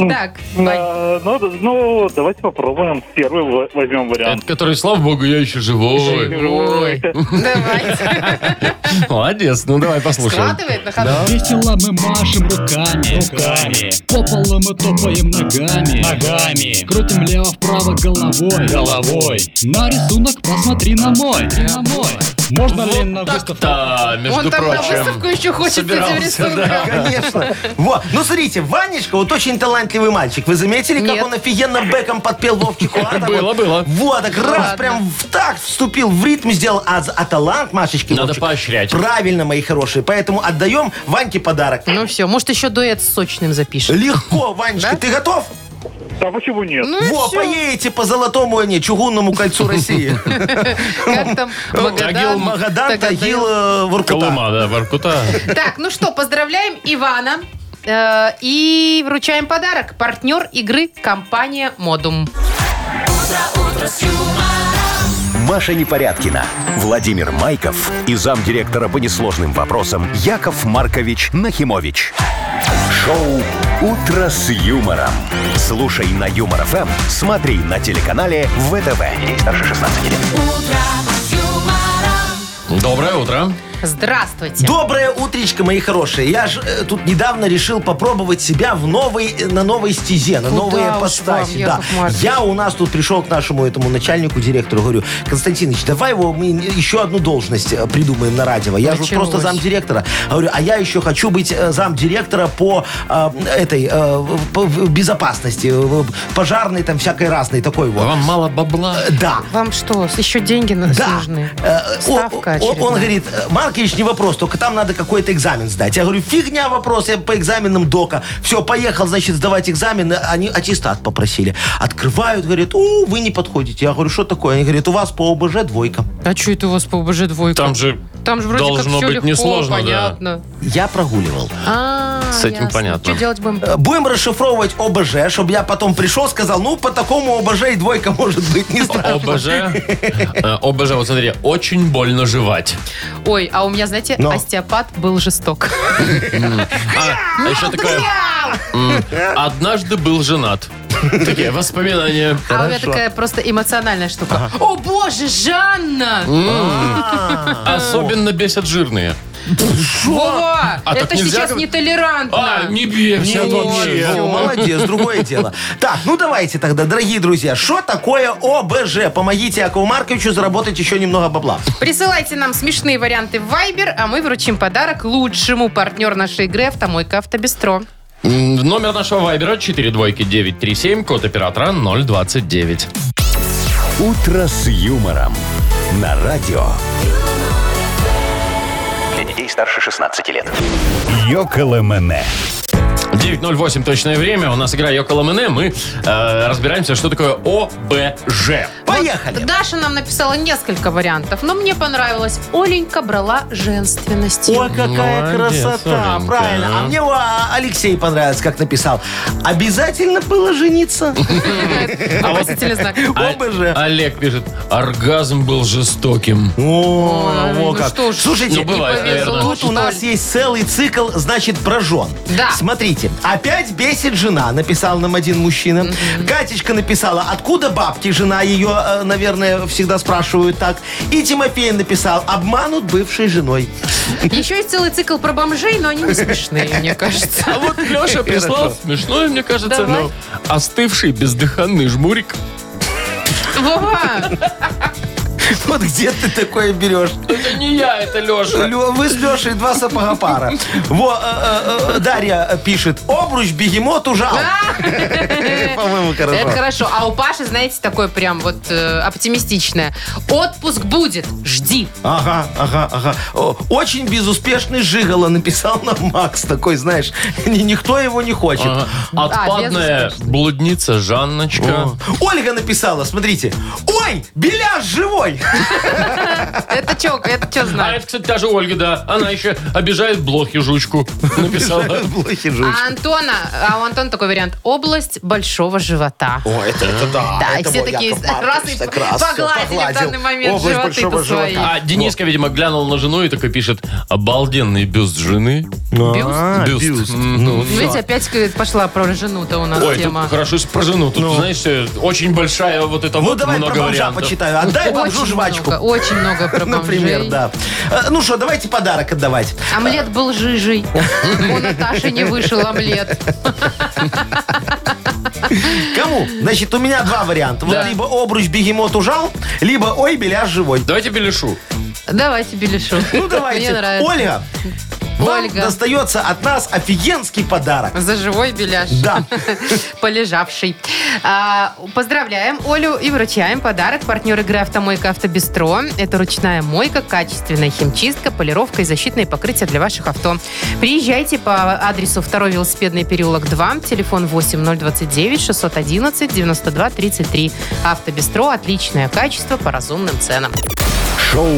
S3: Так, Вань,
S5: А, ну, д- ну, давайте попробуем. Первый во- возьмем
S2: Это
S5: вариант.
S2: который, слава богу, я еще живой.
S3: Ой. давайте.
S2: Молодец, ну давай послушаем.
S3: Складывает на ходу.
S9: Весело мы машем руками, руками. По полу мы топаем ногами, ногами. Крутим лево-вправо головой, головой. На рисунок посмотри на мой, на мой. Можно ли на выставку?
S2: Да, между
S3: Он там на
S2: прочим.
S3: выставку еще хочет с этим
S2: собирался, да.
S3: рисунком.
S4: Конечно. Вот. Ну, смотрите, Ванечка, вот очень талантливый мальчик. Вы заметили,
S3: Нет.
S4: как он офигенно бэком подпел Вовке Хуата?
S2: Было,
S4: Вот.
S2: было.
S4: Вот, так раз
S3: Ладно.
S4: прям в такт вступил, в ритм сделал. А, за- а талант Машечки
S2: Надо поощрять.
S4: Правильно, мои хорошие. Поэтому отдаем Ваньке подарок.
S3: Ну все, может еще дуэт с сочным запишем.
S4: Легко, Ванечка.
S3: Да?
S4: Ты готов?
S5: А почему нет?
S3: Ну и
S4: Во,
S3: все.
S4: поедете по золотому, а не, чугунному кольцу России.
S3: Как там
S2: Тагил,
S3: *laughs* Магадан?
S4: Магадан,
S3: Тагадан.
S4: Тагил, э, Воркута.
S2: Колыма, да, Воркута.
S3: Так, ну что, поздравляем Ивана. Э, И вручаем подарок. Партнер игры компания Модум.
S1: Маша Непорядкина, Владимир Майков и замдиректора по несложным вопросам Яков Маркович Нахимович. Шоу «Утро с юмором». Слушай на Юмор ФМ, смотри на телеканале ВТВ. Ей старше 16 лет.
S2: Доброе утро.
S3: Здравствуйте.
S4: Доброе утречко, мои хорошие. Я же э, тут недавно решил попробовать себя в новой, э, на новой стезе, на
S3: Куда уж
S4: новой
S3: вам,
S4: апостасе. Да.
S3: Яков Маркович?
S4: Я у нас тут пришел к нашему этому начальнику, директору, говорю, Константинович, давай его мы еще одну должность э, придумаем на радио. Я же вот
S3: Началось.
S4: просто замдиректора. Говорю, а я еще хочу быть э, замдиректора по э, этой э, в- по- в- безопасности, э, в- пожарной там всякой разной такой вот.
S2: Вам мало бабла.
S4: Да.
S3: Вам что, еще деньги на-
S4: Да.
S3: нужны?
S4: Э, о-
S3: Ставка
S4: о-
S3: очередная.
S4: Он говорит, «Э, Маркович, не вопрос, только там надо какой-то экзамен сдать. Я говорю, фигня вопрос, я по экзаменам дока. Все, поехал, значит, сдавать экзамены. Они аттестат попросили. Открывают, говорят, у, вы не подходите. Я говорю, что такое? Они говорят, у вас по ОБЖ двойка.
S3: А что это у вас по ОБЖ двойка?
S2: Там же
S3: Там же вроде
S2: должно
S3: как все
S2: быть
S3: легко,
S2: несложно, да.
S3: понятно.
S4: Я прогуливал.
S3: А,
S2: С этим понятно.
S3: Что делать будем?
S4: Э, Будем расшифровывать ОБЖ, чтобы я потом пришел, сказал, ну, по такому ОБЖ и двойка может быть
S3: *laughs*
S4: не страшно.
S2: ОБЖ. э, ОБЖ, вот смотри, очень больно жевать.
S3: Ой, а у меня, знаете,
S4: Но.
S3: остеопат был жесток.
S2: А, а еще такое, м, однажды был женат. Такие воспоминания.
S3: А у меня такая просто эмоциональная штука. О боже, Жанна! э,
S2: Особенно бесят жирные.
S3: Вова!
S2: А так
S3: Это
S2: нельзя
S3: сейчас
S2: говорить?
S3: нетолерантно.
S2: А, не бесят
S4: Ну,
S2: вообще.
S4: ну, молодец, другое дело. Так, ну давайте тогда, дорогие друзья, что такое ОБЖ? Помогите Якову Марковичу заработать еще немного бабла.
S3: Присылайте нам смешные варианты в Viber, а мы вручим подарок лучшему партнер нашей игры «Автомойка Автобестро».
S2: М, Номер нашего вайбера 42937, код оператора 029.
S1: «Утро с юмором» на радио
S6: Для детей старше 16 лет.
S1: «Йоколэмэне».
S2: 9.08 точное время. У нас игра Йокола Мене. Мы э, разбираемся, что такое ОБЖ.
S4: Поехали.
S3: Даша нам написала несколько вариантов, но мне понравилось. Оленька брала женственность.
S4: Ой, какая
S2: Молодец,
S4: красота,
S2: Оленька.
S4: правильно. А мне а, Алексей понравился, как написал. Обязательно было жениться.
S3: Вопросительный знак.
S2: А-
S4: ОБЖ.
S2: Олег пишет, оргазм был жестоким.
S4: О,
S3: ну
S4: во как.
S3: что ж,
S4: Слушайте,
S2: Ну, бывает, наверное.
S4: Тут у нас есть целый цикл, значит, про жен.
S3: Да.
S4: Смотрите. Опять бесит жена, написал нам один мужчина. Катечка написала, откуда бабки жена ее, э, наверное, всегда спрашивают так. И Тимофей написал, обманут бывшей женой. *laughs*
S3: Еще есть целый цикл про бомжей, но они не смешные,
S2: *laughs*
S3: мне
S2: А
S3: кажется.
S2: вот Леша прислал смешное, мне кажется.
S3: Давай.
S2: Ну, Остывший бездыханный жмурик.
S3: Вова,
S4: Вот где ты такое берешь?
S2: Это не я, это Леша.
S4: Лё- Вы с Лешей два сапога пара. Во, э, э, э, Дарья пишет, обруч бегемот ужал. По-моему,
S3: это
S4: хорошо.
S3: хорошо. А у Паши, знаете, такое прям вот э, оптимистичное. Отпуск будет, жди.
S4: Ага, ага, ага. О, Очень безуспешный жигало написал нам Макс. Такой, знаешь, *laughs* ни- никто его не хочет.
S2: Ага. Отпадная
S3: безуспешно.
S2: блудница Жанночка.
S4: Ольга написала, смотрите. Ой, беляш живой!
S3: Это что, это что
S2: А
S3: знает?
S2: это, кстати, даже Ольга, да. Она еще обижает блохи жучку. Написала.
S4: *laughs* Блохи
S3: А Антона, а у Антона такой вариант. Область большого живота.
S8: О, это, это да.
S3: А. Да, и
S8: Это
S3: все
S8: вот
S3: такие
S8: Яков Маркович
S3: раз и
S8: так раз всё
S3: погладили в данный момент
S8: Область
S3: животы-то
S8: большого
S3: свои.
S8: живота.
S2: А Дениска, видимо, глянул на жену и такой пишет, обалденный бюст жены.
S4: А,
S2: Бюст. Ну,
S4: бюст.
S2: М, ну,
S3: Ну, Видите, опять говорит, пошла про жену-то у нас
S2: Ой, тут
S3: тема.
S2: хорошо что про жену. Тут, знаешь, э, очень большая вот это
S4: Ну
S2: вот
S4: давай про
S2: много
S4: бомжа
S2: вариантов.
S4: почитаю. Отдай бомжу
S3: Очень
S4: жвачку.
S3: много, очень много про
S4: Например,
S3: бомжей.
S4: да. Э, Ну что, давайте подарок отдавать.
S3: Омлет был
S4: *laughs*
S3: жижей. У Наташи не вышел омлет.
S4: Кому? Значит, у меня два варианта. Вот
S2: Да.
S4: либо обруч бегемот ужал, либо ой, беляш живой.
S2: Давайте беляшу.
S3: Давайте беляшу. *laughs*
S4: Ну давайте.
S3: Мне нравится.
S4: Ольга, вам
S3: Ольга.
S4: достается от нас офигенский подарок.
S3: За живой беляш.
S4: Да.
S3: *laughs* Полежавший. А, поздравляем Олю и вручаем подарок. Партнер игры «Автомойка Автобестро». Это ручная мойка, качественная химчистка, полировка и защитные покрытия для ваших авто. Приезжайте по адресу 2 велосипедный переулок 2, телефон 8029 611 92 33. Автобестро – отличное качество по разумным ценам.
S1: Шоу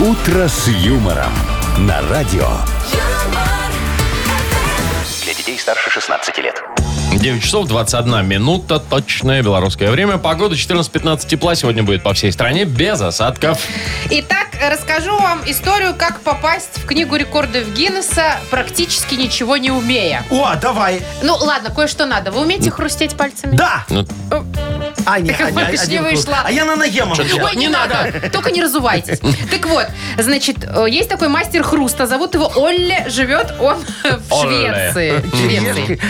S1: «Утро с юмором» на радио.
S7: юмор,
S6: Для детей старше 16 лет.
S2: 9 часов 21 минута, точное белорусское время. Погода 14-15 тепла сегодня будет по всей стране, без осадков.
S3: Итак, расскажу вам историю, как попасть в книгу рекордов Гиннесса, практически ничего не умея.
S4: О, давай.
S3: Ну, ладно, кое-что надо. Вы умеете хрустеть пальцами?
S4: Да.
S2: Ну,
S4: А, не,
S3: Яков
S4: а, не,
S3: Маркович,
S4: один
S3: не
S4: круг.
S3: вышла.
S4: А я на ноге могу.
S3: Ой, не, надо. Только не разувайтесь. Так вот, значит, э, есть такой мастер хруста, зовут его Олле, живет он в
S2: Олле.
S3: Швеции. В Швеции.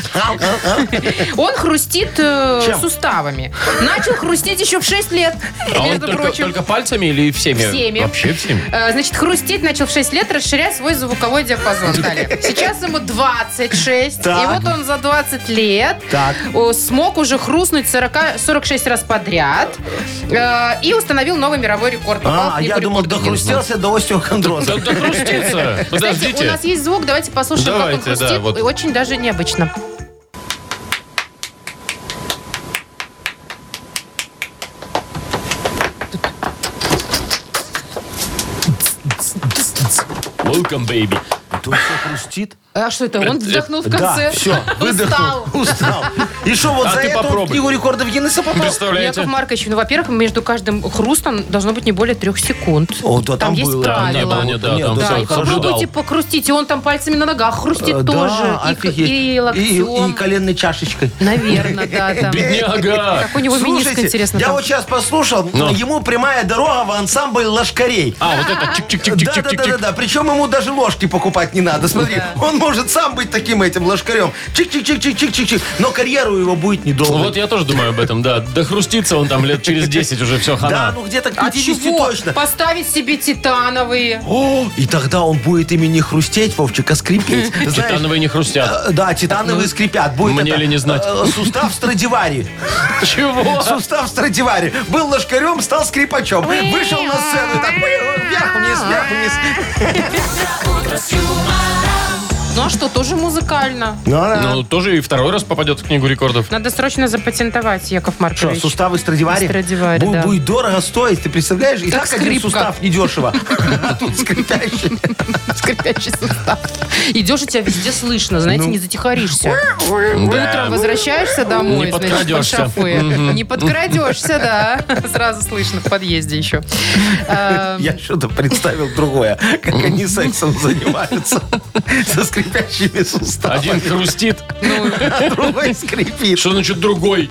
S3: Он хрустит э,
S4: Чем?
S3: суставами. Начал хрустеть еще в 6 лет,
S2: а он
S3: между
S2: только,
S3: прочим.
S2: только пальцами или всеми?
S3: Всеми.
S2: Вообще всеми.
S3: Э, Значит, хрустеть начал в 6 лет, расширяя свой звуковой диапазон. Далее. Сейчас ему 26. И
S4: Так.
S3: вот он за 20 лет
S4: Так.
S3: о, смог уже хрустнуть 40, 46 раз подряд э, и установил новый мировой рекорд. Попал в
S4: А,
S3: книгу
S4: я думал,
S3: рекордов Гиннесса.
S4: дохрустился до
S2: Да,
S4: остеохондроза.
S2: да хрустится.
S3: Кстати, у
S2: Подождите.
S3: нас есть звук, давайте послушаем,
S2: Давайте,
S3: как он хрустит.
S2: да, вот.
S3: И Очень даже необычно.
S2: Welcome, baby.
S4: То все хрустит.
S3: А что это? Он вздохнул в конце.
S4: Э, Да, все, выдохнул.
S3: Устал.
S4: Устал. И что, вот
S2: А
S4: за
S2: ты
S4: это он в
S2: попробуй.
S4: книгу рекордов Гиннесса попал?
S2: Представляете?
S3: Яков Маркович, ну, во-первых, между каждым хрустом должно быть не более трех секунд.
S4: О, да,
S3: там
S4: там
S3: есть
S4: было.
S3: правила.
S2: Да, да, да,
S4: Нет,
S2: там
S4: да,
S3: Да,
S2: всё
S3: и попробуйте
S2: соблюдал.
S3: покрустить. И он там пальцами на ногах хрустит
S4: Э, да,
S3: тоже. И к-
S4: офигеть.
S3: и,
S4: И-
S3: локтем.
S4: и коленной чашечкой.
S3: Наверное,
S4: *laughs*
S3: да. Там.
S2: Бедняга.
S3: Как у него миниск, интересно.
S4: я
S3: там.
S4: вот сейчас послушал, э,
S2: Ну.
S4: ему прямая дорога в ансамбль лошкарей.
S2: А, вот это чик-чик-чик-чик-чик-чик.
S4: Да-да-да, причем ему даже ложки покупать не надо. Смотри, он может сам быть таким этим лошкарем. Чик-чик-чик-чик-чик-чик-чик. Но карьеру его будет недолго.
S2: Вот я тоже думаю об этом, да. Дохрустится он там лет через 10 уже все
S4: да,
S2: хана.
S4: ну где-то
S3: А
S4: к 50
S3: чего?
S4: точно.
S3: Поставить себе титановые.
S4: О, и тогда он будет ими не хрустеть, Вовчик,
S2: *laughs*
S4: а скрипеть. Знаешь,
S2: Титановые не хрустят.
S4: э, Да,
S3: Ну,
S4: титановые скрипят. Будет
S2: мне
S4: это,
S2: ли не знать?
S4: э, Сустав Страдивари.
S2: Чего?
S4: Сустав Страдивари. Был лошкарем, стал скрипачом. Вышел на сцену, так вверх, вниз, вверх, вниз.
S3: Ну а что, тоже музыкально.
S4: Ну, да.
S2: Ну, тоже и второй раз попадет в книгу рекордов.
S3: Надо срочно запатентовать, Яков
S4: Что,
S3: Маркович.
S4: суставы Страдивари?
S3: Страдивари,
S4: Бу-
S3: да.
S4: Будет дорого стоить, ты представляешь? И
S3: Как
S4: так один
S3: скрипка.
S4: сустав недешево. *laughs* А тут скрипящий.
S3: Скрипящий сустав. Идешь, и тебя везде слышно,
S4: Ну.
S3: знаете, не затихаришься. Утром возвращаешься домой,
S2: Не
S3: значит,
S2: подкрадешься.
S3: под шафы. Не подкрадешься, да. Сразу слышно в подъезде еще.
S4: *laughs*
S3: Э,
S4: Я что-то представил другое. Как они сексом занимаются. Со скрипящими суставами.
S2: Один хрустит,
S4: А другой скрипит.
S2: что значит другой?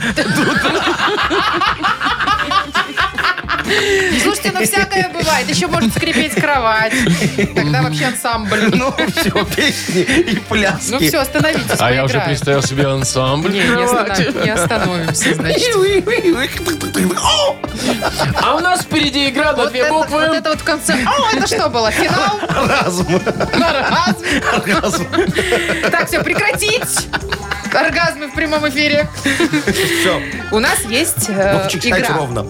S3: Слушайте, ну всякое бывает. Еще может скрипеть кровать. Тогда вообще ансамбль.
S4: Ну все, песни и пляски.
S3: Ну все, остановитесь,
S2: А я уже
S3: поиграем.
S2: представил себе ансамбль.
S3: Не, не, останов- не остановимся,
S2: *laughs*
S3: значит.
S4: О,
S2: А у нас впереди игра на
S3: Вот
S2: две
S3: это, вот
S2: буквы.
S3: это вот в конце. О, это что было? Финал?
S4: Разум.
S3: Оргазм?
S4: Разум.
S3: Так, все, прекратить! Оргазмы в прямом эфире.
S4: Все.
S3: У нас есть э,
S4: Вовчик, кстати,
S3: игра.
S4: ровно.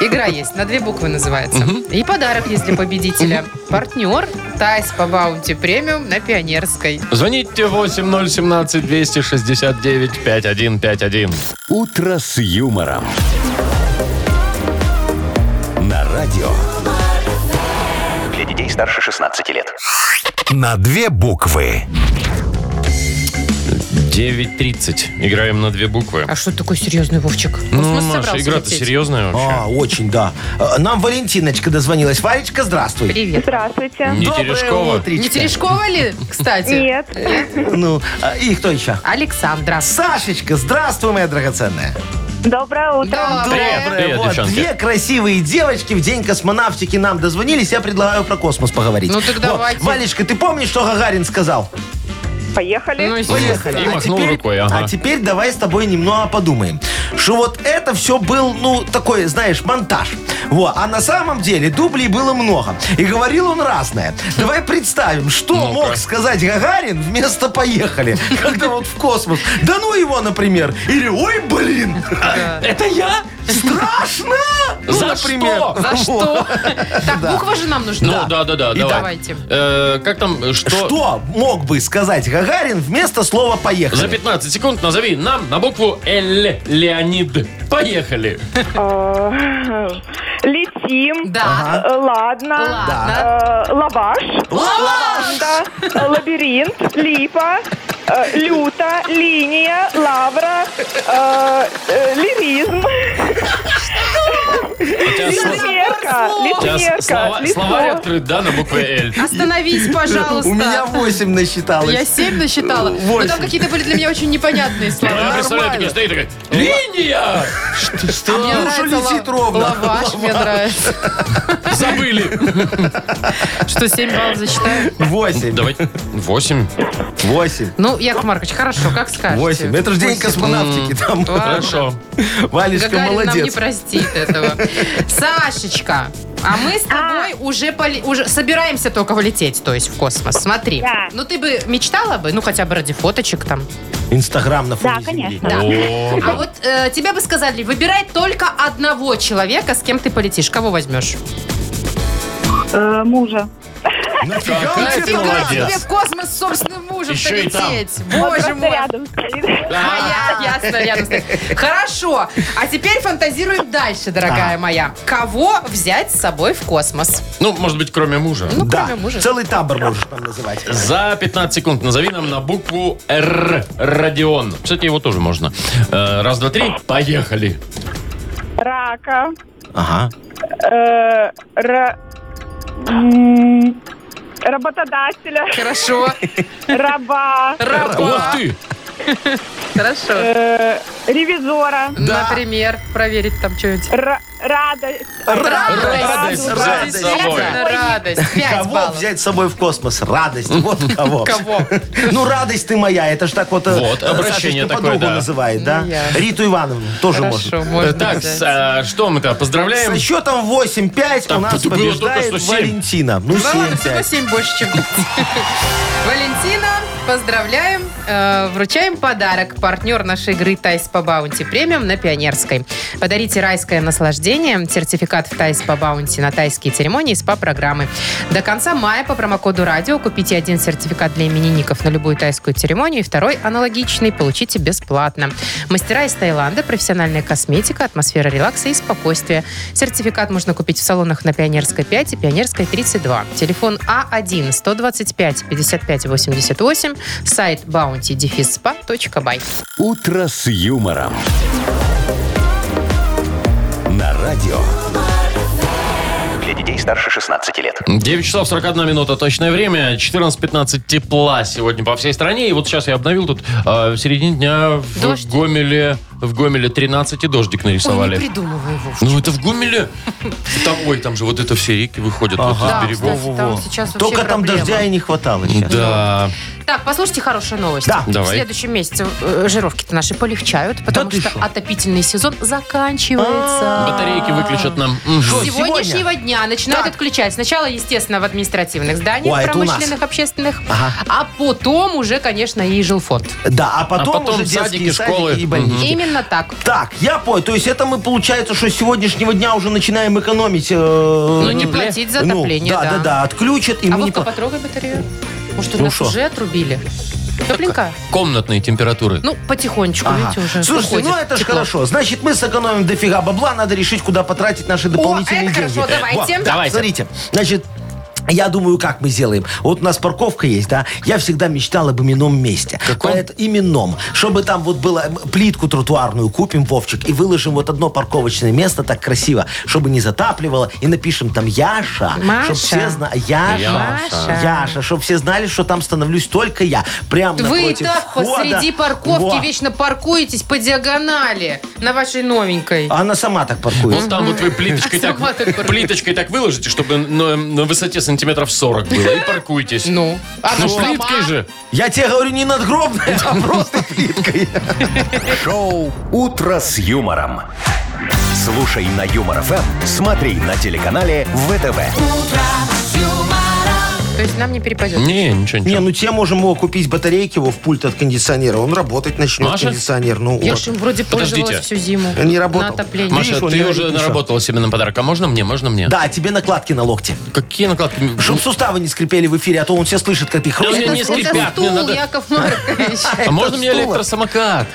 S3: Игра есть, на две буквы называется. И подарок есть для победителя. Партнер Тайс по Баунти Премиум на Пионерской.
S2: Звоните 8017 269 5151.
S1: «Утро с юмором». На радио.
S6: Для детей старше 16 лет.
S1: На две буквы.
S2: 9.30. Играем на две буквы.
S3: А что ты такой серьезный, Вовчик?
S2: Ну,
S3: Космос
S2: Маша,
S3: собрался
S2: игра-то
S3: лететь?
S2: серьезная вообще.
S4: А, очень, да. Э, Нам Валентиночка дозвонилась. Варечка, здравствуй.
S3: Привет.
S8: Здравствуйте.
S2: Не
S4: Доброе
S2: Терешкова.
S4: утречко.
S3: Не Терешкова ли, кстати?
S8: Нет.
S4: Ну, а, и кто еще?
S3: Александра.
S4: Сашечка, здравствуй, моя драгоценная.
S8: Доброе утро.
S2: Привет,
S3: Доброе.
S2: привет,
S4: вот,
S2: девчонки.
S4: две красивые девочки в день космонавтики нам дозвонились. Я предлагаю про космос поговорить.
S3: Ну, так
S4: Вот,
S3: давайте.
S4: Валечка, ты помнишь, что Гагарин сказал?
S8: Поехали.
S3: Ну, естественно.
S4: Поехали.
S2: И махнул
S4: теперь,
S2: рукой, ага.
S4: а теперь давай с тобой немного подумаем. Что вот это все был, ну, такой, знаешь, монтаж. Во. А на самом деле дублей было много. И говорил он разное. Давай представим, что
S2: Ну-ка.
S4: мог сказать Гагарин вместо «поехали», *laughs* когда вот в космос. Да ну его, например. Или «Ой, блин,
S2: Это я?
S4: страшно!» Ну,
S2: За
S4: например.
S2: что?
S3: За
S4: *laughs*
S3: что? Так, буква же нам
S2: Ну,
S3: нужна.
S2: да, да, да,
S3: Итак.
S2: давай.
S3: Давайте.
S2: Э, Как там, э, что...
S4: Что мог бы сказать Гагарин вместо слова «поехали»?
S2: За 15 секунд назови нам на букву Л Леонид. Поехали. А
S8: Э, Летим.
S3: Да.
S8: Э, Ладно.
S3: Ладно.
S8: Э, Лаваш.
S4: Лаваш!
S8: Да. Э, Лабиринт. Липа. э, Люта. Линия. Лавра. э, э, Лиризм. Лицемерка.
S2: У тебя с-
S8: Лицемерка.
S2: слова- словарь
S8: Лицо.
S2: открыт, да, на букве Л.
S3: Остановись,
S4: *laughs*
S3: пожалуйста.
S4: У меня 8 насчиталось.
S3: Я семь насчитала. Но там
S4: Восемь.
S3: какие-то были для меня очень непонятные
S2: Я
S3: слова.
S2: представляю, такая стоит такая, линия! Что,
S3: А мне
S4: Ну, что
S3: нравится ла-
S4: летит ровно?
S3: лаваш, мне нравится.
S2: забыли?
S3: Что, 7 баллов засчитаю?
S4: 8.
S2: Давайте. 8.
S4: 8.
S3: Ну, Яков Маркович, хорошо, как скажете.
S4: 8. Это же день
S3: Восемь.
S4: космонавтики. Там.
S3: Ладно.
S2: Хорошо.
S4: Валечка,
S3: Гагарин нам не
S4: молодец.
S3: простит этого. Сашечка, а мы с тобой уже, поле- уже собираемся только улететь, то есть в космос. Смотри.
S8: Да.
S3: Ну ты бы мечтала бы, ну хотя бы ради фоточек там.
S4: Инстаграм на фоне
S8: Да, конечно.
S4: Земли.
S2: О,
S3: А вот э, тебе бы сказали, выбирай только одного человека, с кем ты полетишь. Кого возьмешь?
S8: Э, Мужа.
S4: Нафига
S2: Какая
S4: Ну, он
S2: ты
S4: тебе
S2: молодец.
S4: там?
S3: тебе в космос с собственным мужем
S2: Еще и там.
S3: полететь?
S8: Он
S3: Боже
S8: просто
S3: мой.
S8: рядом стоит.
S3: А, я- ясно, ясно. Хорошо. А теперь фантазируем дальше, дорогая моя. Кого взять с собой в космос?
S2: Ну, может быть, кроме мужа.
S3: Ну, кроме
S4: Да,
S3: мужа.
S4: целый табор можешь там называть.
S2: За 15 секунд назови нам на букву Р. Родион. Кстати, его тоже можно. Э, Раз, два, три. Поехали.
S8: Рака.
S4: Ага.
S8: Э, ра- м, работодателя,
S3: Хорошо.
S8: раба,
S2: Ух
S3: Раба.
S2: ты!
S3: Хорошо.
S8: э, ревизора,
S3: Например, проверить там что-нибудь.
S8: ра- радость,
S2: Радость, радость собой.
S3: Обязательно радость. Пять
S4: Кого
S3: баллов.
S4: взять с собой в космос?
S3: *laughs*
S4: Радость. Вот кого.
S3: Кого?
S4: Ну, радость ты моя. Это ж так вот... э,
S2: Вот,
S4: э,
S2: обращение
S4: Сашечка
S2: такое,
S4: подругу
S2: да.
S4: называет, да?
S3: Ну, ясно.
S4: Риту Ивановну тоже можно.
S3: Хорошо, можно
S2: Так,
S3: взять.
S2: с, а, что мы-то, поздравляем?
S4: Со счетом 8-5
S2: Так,
S4: у нас
S2: тут было только
S4: побеждает
S2: что семь.
S4: Валентина. Ну,
S3: Ну ладно, все
S4: 7-5.
S3: 7 больше, чем *laughs* Валентина, поздравляем. Э, вручаем подарок. Партнер нашей игры «Тайс по баунти премиум» на Пионерской. Подарите райское наслаждение. Сертификат в «Тайс по баунти» на тайские церемонии и СПА-программы. До конца мая по промокоду «Радио» купите один сертификат для именинников на любую тайскую церемонию Ну, а и второй аналогичный получите бесплатно. Мастера из Таиланда, профессиональная косметика, атмосфера релакса и спокойствия. Сертификат можно купить в салонах на Пионерской 5 и Пионерской 32. Телефон А А1-125-55-88, сайт bountydefisspa.by.
S1: Утро с юмором. На радио.
S6: Для детей старше 16 лет.
S2: 9 часов 41 минута точное время, 14-15 тепла сегодня по всей стране. И вот сейчас я обновил тут э, в середине дня в
S3: Дождь.
S2: Гомеле в Гомеле 13 и дождик нарисовали.
S3: Ой, не придумывай его.
S2: ну это в Гомеле. Там, ой, там же вот это все реки выходят вот
S4: Ага.
S2: из берегов.
S3: кстати, там сейчас вообще
S4: Только там
S3: проблема.
S4: дождя и не хватало сейчас.
S2: Да.
S3: Так, послушайте хорошую новость.
S4: Да.
S2: Давай.
S3: В следующем месяце э, жировки-то наши полегчают, потому
S4: ты
S3: что
S4: шо?
S3: отопительный сезон заканчивается.
S2: Батарейки выключат нам. Мгм.
S3: С сегодняшнего дня начинают
S4: Так.
S3: отключать. Сначала, естественно, в административных зданиях,
S4: О, это у нас.
S3: промышленных, общественных.
S4: Ага.
S3: А потом уже, конечно, и жилфонд.
S4: Да, а потом,
S2: потом
S4: уже
S2: садики,
S4: детские
S2: школы.
S4: садики и больнички.
S3: Именно так.
S4: Так, я понял. То есть это мы, получается, что с сегодняшнего дня уже начинаем экономить. э,
S3: Ну,
S4: Ну,
S3: не платить за
S4: да,
S3: отопление,
S4: да.
S3: да.
S4: Да, отключат, и
S3: А
S4: мы не...
S3: Вовка,
S4: пла-
S3: потрогай батарею. Может, у
S4: Ну
S3: нас
S4: шо?
S3: уже отрубили? Тепленько.
S2: Комнатной температуры.
S3: Ну, потихонечку,
S4: Ага.
S3: видите, уже
S4: Слушайте,
S3: уходит
S4: ну это же
S3: тепло.
S4: хорошо. Значит, мы сэкономим дофига бабла, надо решить, куда потратить наши дополнительные
S3: это
S4: деньги.
S3: хорошо, давайте.
S4: Вот,
S2: Давайте.
S4: Смотрите, значит... Я думаю, как мы сделаем. Вот у нас парковка есть, да? Я всегда мечтал об именном месте.
S2: Каком?
S4: Поэт- именном. Чтобы там вот было м, плитку тротуарную купим, Вовчик, и выложим вот одно парковочное место так красиво, чтобы не затапливало, и напишем там Яша,
S3: Маша.
S4: чтобы все знали. Яша,
S3: Яша.
S4: Яша, чтобы все знали, что там становлюсь только я. Прям
S3: Вы и
S4: напротив
S3: так
S4: входа.
S3: посреди парковки
S4: Во.
S3: вечно паркуетесь по диагонали на вашей новенькой.
S4: А Она сама так паркуется.
S2: Вот там вот вы плиточкой так,
S3: Сама так паркует.
S2: плиточкой так выложите, чтобы на, на высоте сантиметров 40 было, и паркуйтесь.
S3: Ну, а
S2: Ну,
S3: ну сама.
S2: плиткой же.
S4: Я тебе говорю, не надгробная, а просто плиткой.
S1: Шоу «Утро с юмором». Слушай на Юмор ФМ, смотри на телеканале ВТВ.
S3: То есть нам не перепадет.
S2: Не, ничего,
S4: Не,
S2: ничего.
S4: ну тебе можем его купить батарейки его в пульт от кондиционера. Он работать начнет
S2: Маша?
S4: кондиционер. Ну,
S3: Я
S4: вот.
S3: же им вроде
S2: Подождите.
S3: пользовалась всю зиму.
S4: Не работал.
S3: На отопление.
S4: Ма-
S2: Маша,
S4: видишь, он
S2: ты
S4: не
S2: уже
S4: говорит,
S2: наработала себе на подарок. А можно мне? Можно мне?
S4: Да, тебе накладки на локти.
S2: Какие накладки?
S4: Чтоб суставы не скрипели в эфире, а то он все слышит, как ты
S2: у меня
S4: хрустишь.
S2: не
S3: Это
S2: скрипят, мне
S3: стул,
S2: надо-
S3: Яков Маркович.
S2: А можно
S4: Это
S2: мне
S4: стула.
S2: электросамокат?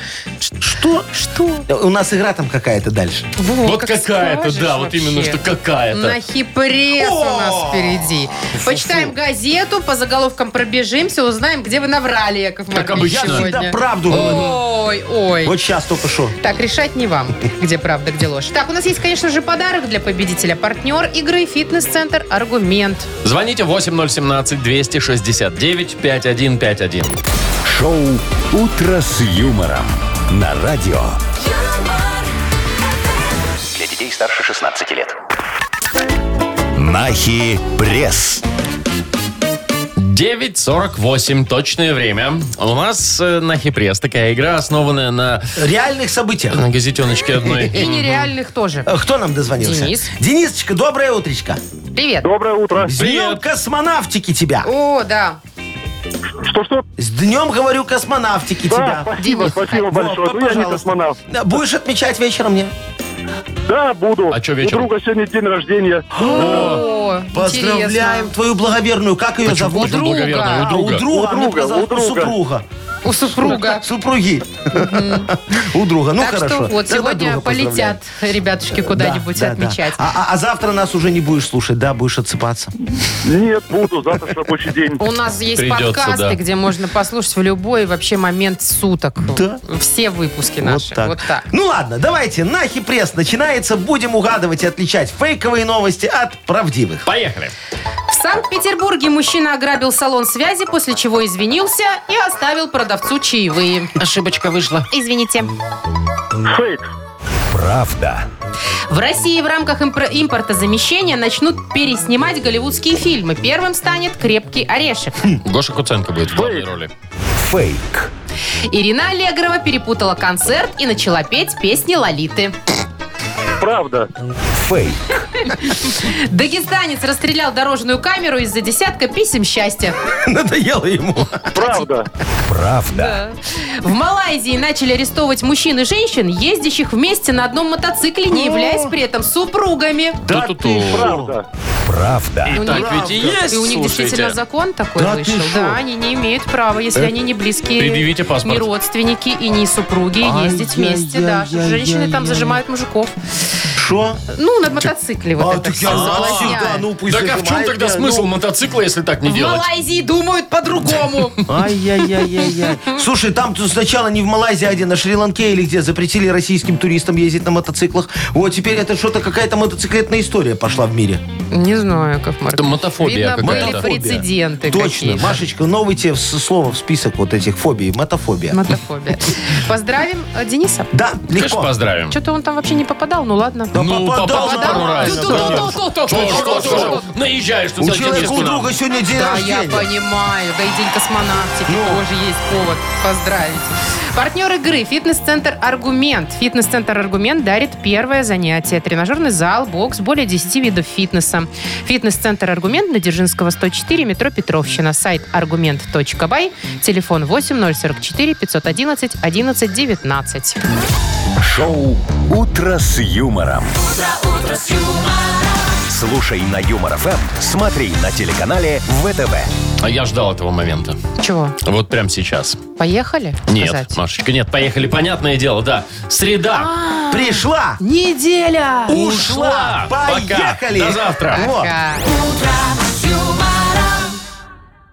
S4: Что? Что? У нас игра там какая-то дальше.
S3: Во,
S2: Вот
S3: как
S2: какая-то,
S3: скажешь
S2: да, вот
S3: вообще.
S2: именно, что какая-то.
S3: На хипресс у нас
S4: О!
S3: впереди. Почитаем газету, по заголовкам пробежимся, узнаем, где вы наврали, Яков Маркович,
S2: обычно.
S4: Я всегда
S3: сегодня.
S4: правду говорю.
S3: Ой, ой.
S4: Вот сейчас только что.
S3: Так, решать не вам, где правда, где ложь. Так, у нас есть, конечно же, подарок для победителя. Партнер игры «Фитнес-центр Аргумент».
S2: Звоните 8017-269-5151.
S1: Шоу «Утро с юмором» на радио.
S7: юмор,
S6: Для детей старше 16 лет.
S1: Нахи пресс.
S2: 9.48, точное время. У нас э, на Хипресс такая игра, основанная на,
S4: Реальных событий.
S3: Ну.
S2: на газетеночке одной.
S3: *laughs* И нереальных тоже.
S4: Э, Кто нам дозвонился?
S3: Денис.
S4: Денисочка, доброе утречко.
S3: Привет.
S5: Доброе утро.
S4: С днем космонавтики тебя.
S3: О, да.
S5: Что-что?
S4: С днем, говорю, космонавтики
S5: Да,
S4: тебя.
S5: А, спасибо,
S3: Денис,
S5: спасибо
S4: Во,
S5: большое. Ну, я не
S4: пожалуйста.
S5: космонавт.
S4: Да, Будешь отмечать вечером мне?
S5: Да, буду.
S2: А чё вечером?
S5: У друга сегодня день рождения.
S3: О,
S4: Поздравляем
S3: интересно.
S4: твою благоверную. Как ее
S2: Почему
S4: зовут?
S2: же благоверную?
S4: А, у
S2: У друга.
S4: друга,
S5: У
S4: мне
S5: друга,
S4: показалось,
S5: у друга.
S4: супруга.
S3: У супруга.
S4: Супруги. У друга. Ну
S3: так
S4: хорошо.
S3: что вот
S4: Тогда
S3: сегодня
S4: друга поздравляем.
S3: полетят ребятушки куда-нибудь
S4: Да, да, да.
S3: отмечать.
S4: А, а- а завтра нас уже не будешь слушать, да? Будешь отсыпаться.
S5: Нет, буду. Завтра рабочий день.
S3: У нас есть
S2: Придется,
S3: подкасты,
S2: да.
S3: где можно послушать в любой вообще момент суток.
S4: Да.
S3: Все выпуски наши.
S4: Вот так.
S3: Вот так.
S4: Ну ладно, давайте. Нахи пресс начинается. Будем угадывать и отличать фейковые новости от правдивых. *laughs*
S2: Поехали.
S3: В Санкт-Петербурге мужчина ограбил салон связи, после чего извинился и оставил продавцу чаевые.
S2: Ошибочка вышла.
S3: Извините.
S5: Фейк.
S1: Правда.
S3: В России в рамках импро- импортозамещения начнут переснимать голливудские фильмы. Первым станет «Крепкий орешек».
S2: Гоша Куценко будет в главной роли.
S1: Фейк.
S3: Ирина Аллегрова перепутала концерт и начала петь песни Лолиты.
S5: Правда.
S1: Фейк.
S3: Дагестанец расстрелял дорожную камеру из-за десятка писем счастья.
S4: Надоело ему.
S5: Правда.
S1: Правда.
S3: В Малайзии начали арестовывать мужчин и женщин, ездящих вместе на одном мотоцикле, не являясь при этом супругами.
S4: Да
S2: Ту-ту-ту.
S4: ты шо?
S5: Правда.
S1: Правда.
S2: И так ведь и есть,
S3: И у них действительно
S2: слушайте.
S3: закон такой
S4: Да ты
S3: вышел.
S4: шо? Э,
S3: Да, они не имеют права, если они не близкие,
S2: предъявите паспорт.
S3: не родственники и не супруги, ездить вместе. Да, Что ж женщины там зажимают мужиков.
S4: Шо?
S3: Ну, на мотоцикле вот
S4: А,
S3: это
S4: так
S3: все
S4: я всегда,
S3: соблазняют.
S4: ну пусть
S2: Так а в чем
S4: зажимает
S2: тогда
S4: меня,
S2: смысл
S4: ну.
S2: мотоцикла, если так не
S3: В
S2: делать?
S3: Малайзии думают
S4: *laughs*
S3: по-другому.
S4: Ай-яй-яй-яй-яй. *laughs* Слушай, там тут сначала не в Малайзии, а где на Шри-Ланке или где запретили российским туристам ездить на мотоциклах. Вот теперь это что-то какая-то мотоциклетная история пошла в мире.
S3: Не знаю, как Марк.
S2: Это мотофобия
S3: Видно, были
S2: какая-то.
S3: прецеденты
S4: Точно.
S3: какие-то.
S4: Машечка, новый тебе с- слово в список вот этих фобий. Мотофобия.
S3: Мотофобия. Поздравим э, Дениса.
S4: Да,
S2: Конечно,
S4: легко.
S2: поздравим.
S3: Что-то он там вообще не попадал, ну ладно.
S4: Да
S2: Ну, попал же
S4: нормально.
S2: пару раз.
S3: Ту- ту- ту- ту- ту- ту-
S2: Что,
S3: ту-
S2: что,
S3: ту-
S2: что,
S3: ту-
S2: что? Наезжаешь тут
S4: У
S2: за
S4: человека, у друга сегодня день
S3: Да, я
S4: рождения.
S3: понимаю. Да и день космонавтики
S4: Ну.
S3: тоже есть повод поздравить. Партнер игры «Фитнес-центр Аргумент». «Фитнес-центр Аргумент» дарит первое занятие. Тренажерный зал, бокс, более 10 видов фитнеса. «Фитнес-центр Аргумент» на Дзержинского, 104, метро Петровщина. Сайт argument.by, телефон 8044 511 1119.
S1: Шоу «Утро с юмором».
S7: утро, утро с юмором.
S1: Слушай на Юмор ФМ, смотри на телеканале ВТВ.
S2: А я ждал этого момента.
S3: Чего?
S2: Вот прям сейчас.
S3: Поехали?
S2: Нет,
S3: Сказать?
S2: Машечка, нет, поехали, понятное дело, да. Среда
S4: Пришла!
S3: Неделя!
S2: ушла.
S4: Поехали!
S2: Пока. До завтра.
S4: Во.
S3: Пока.
S7: утро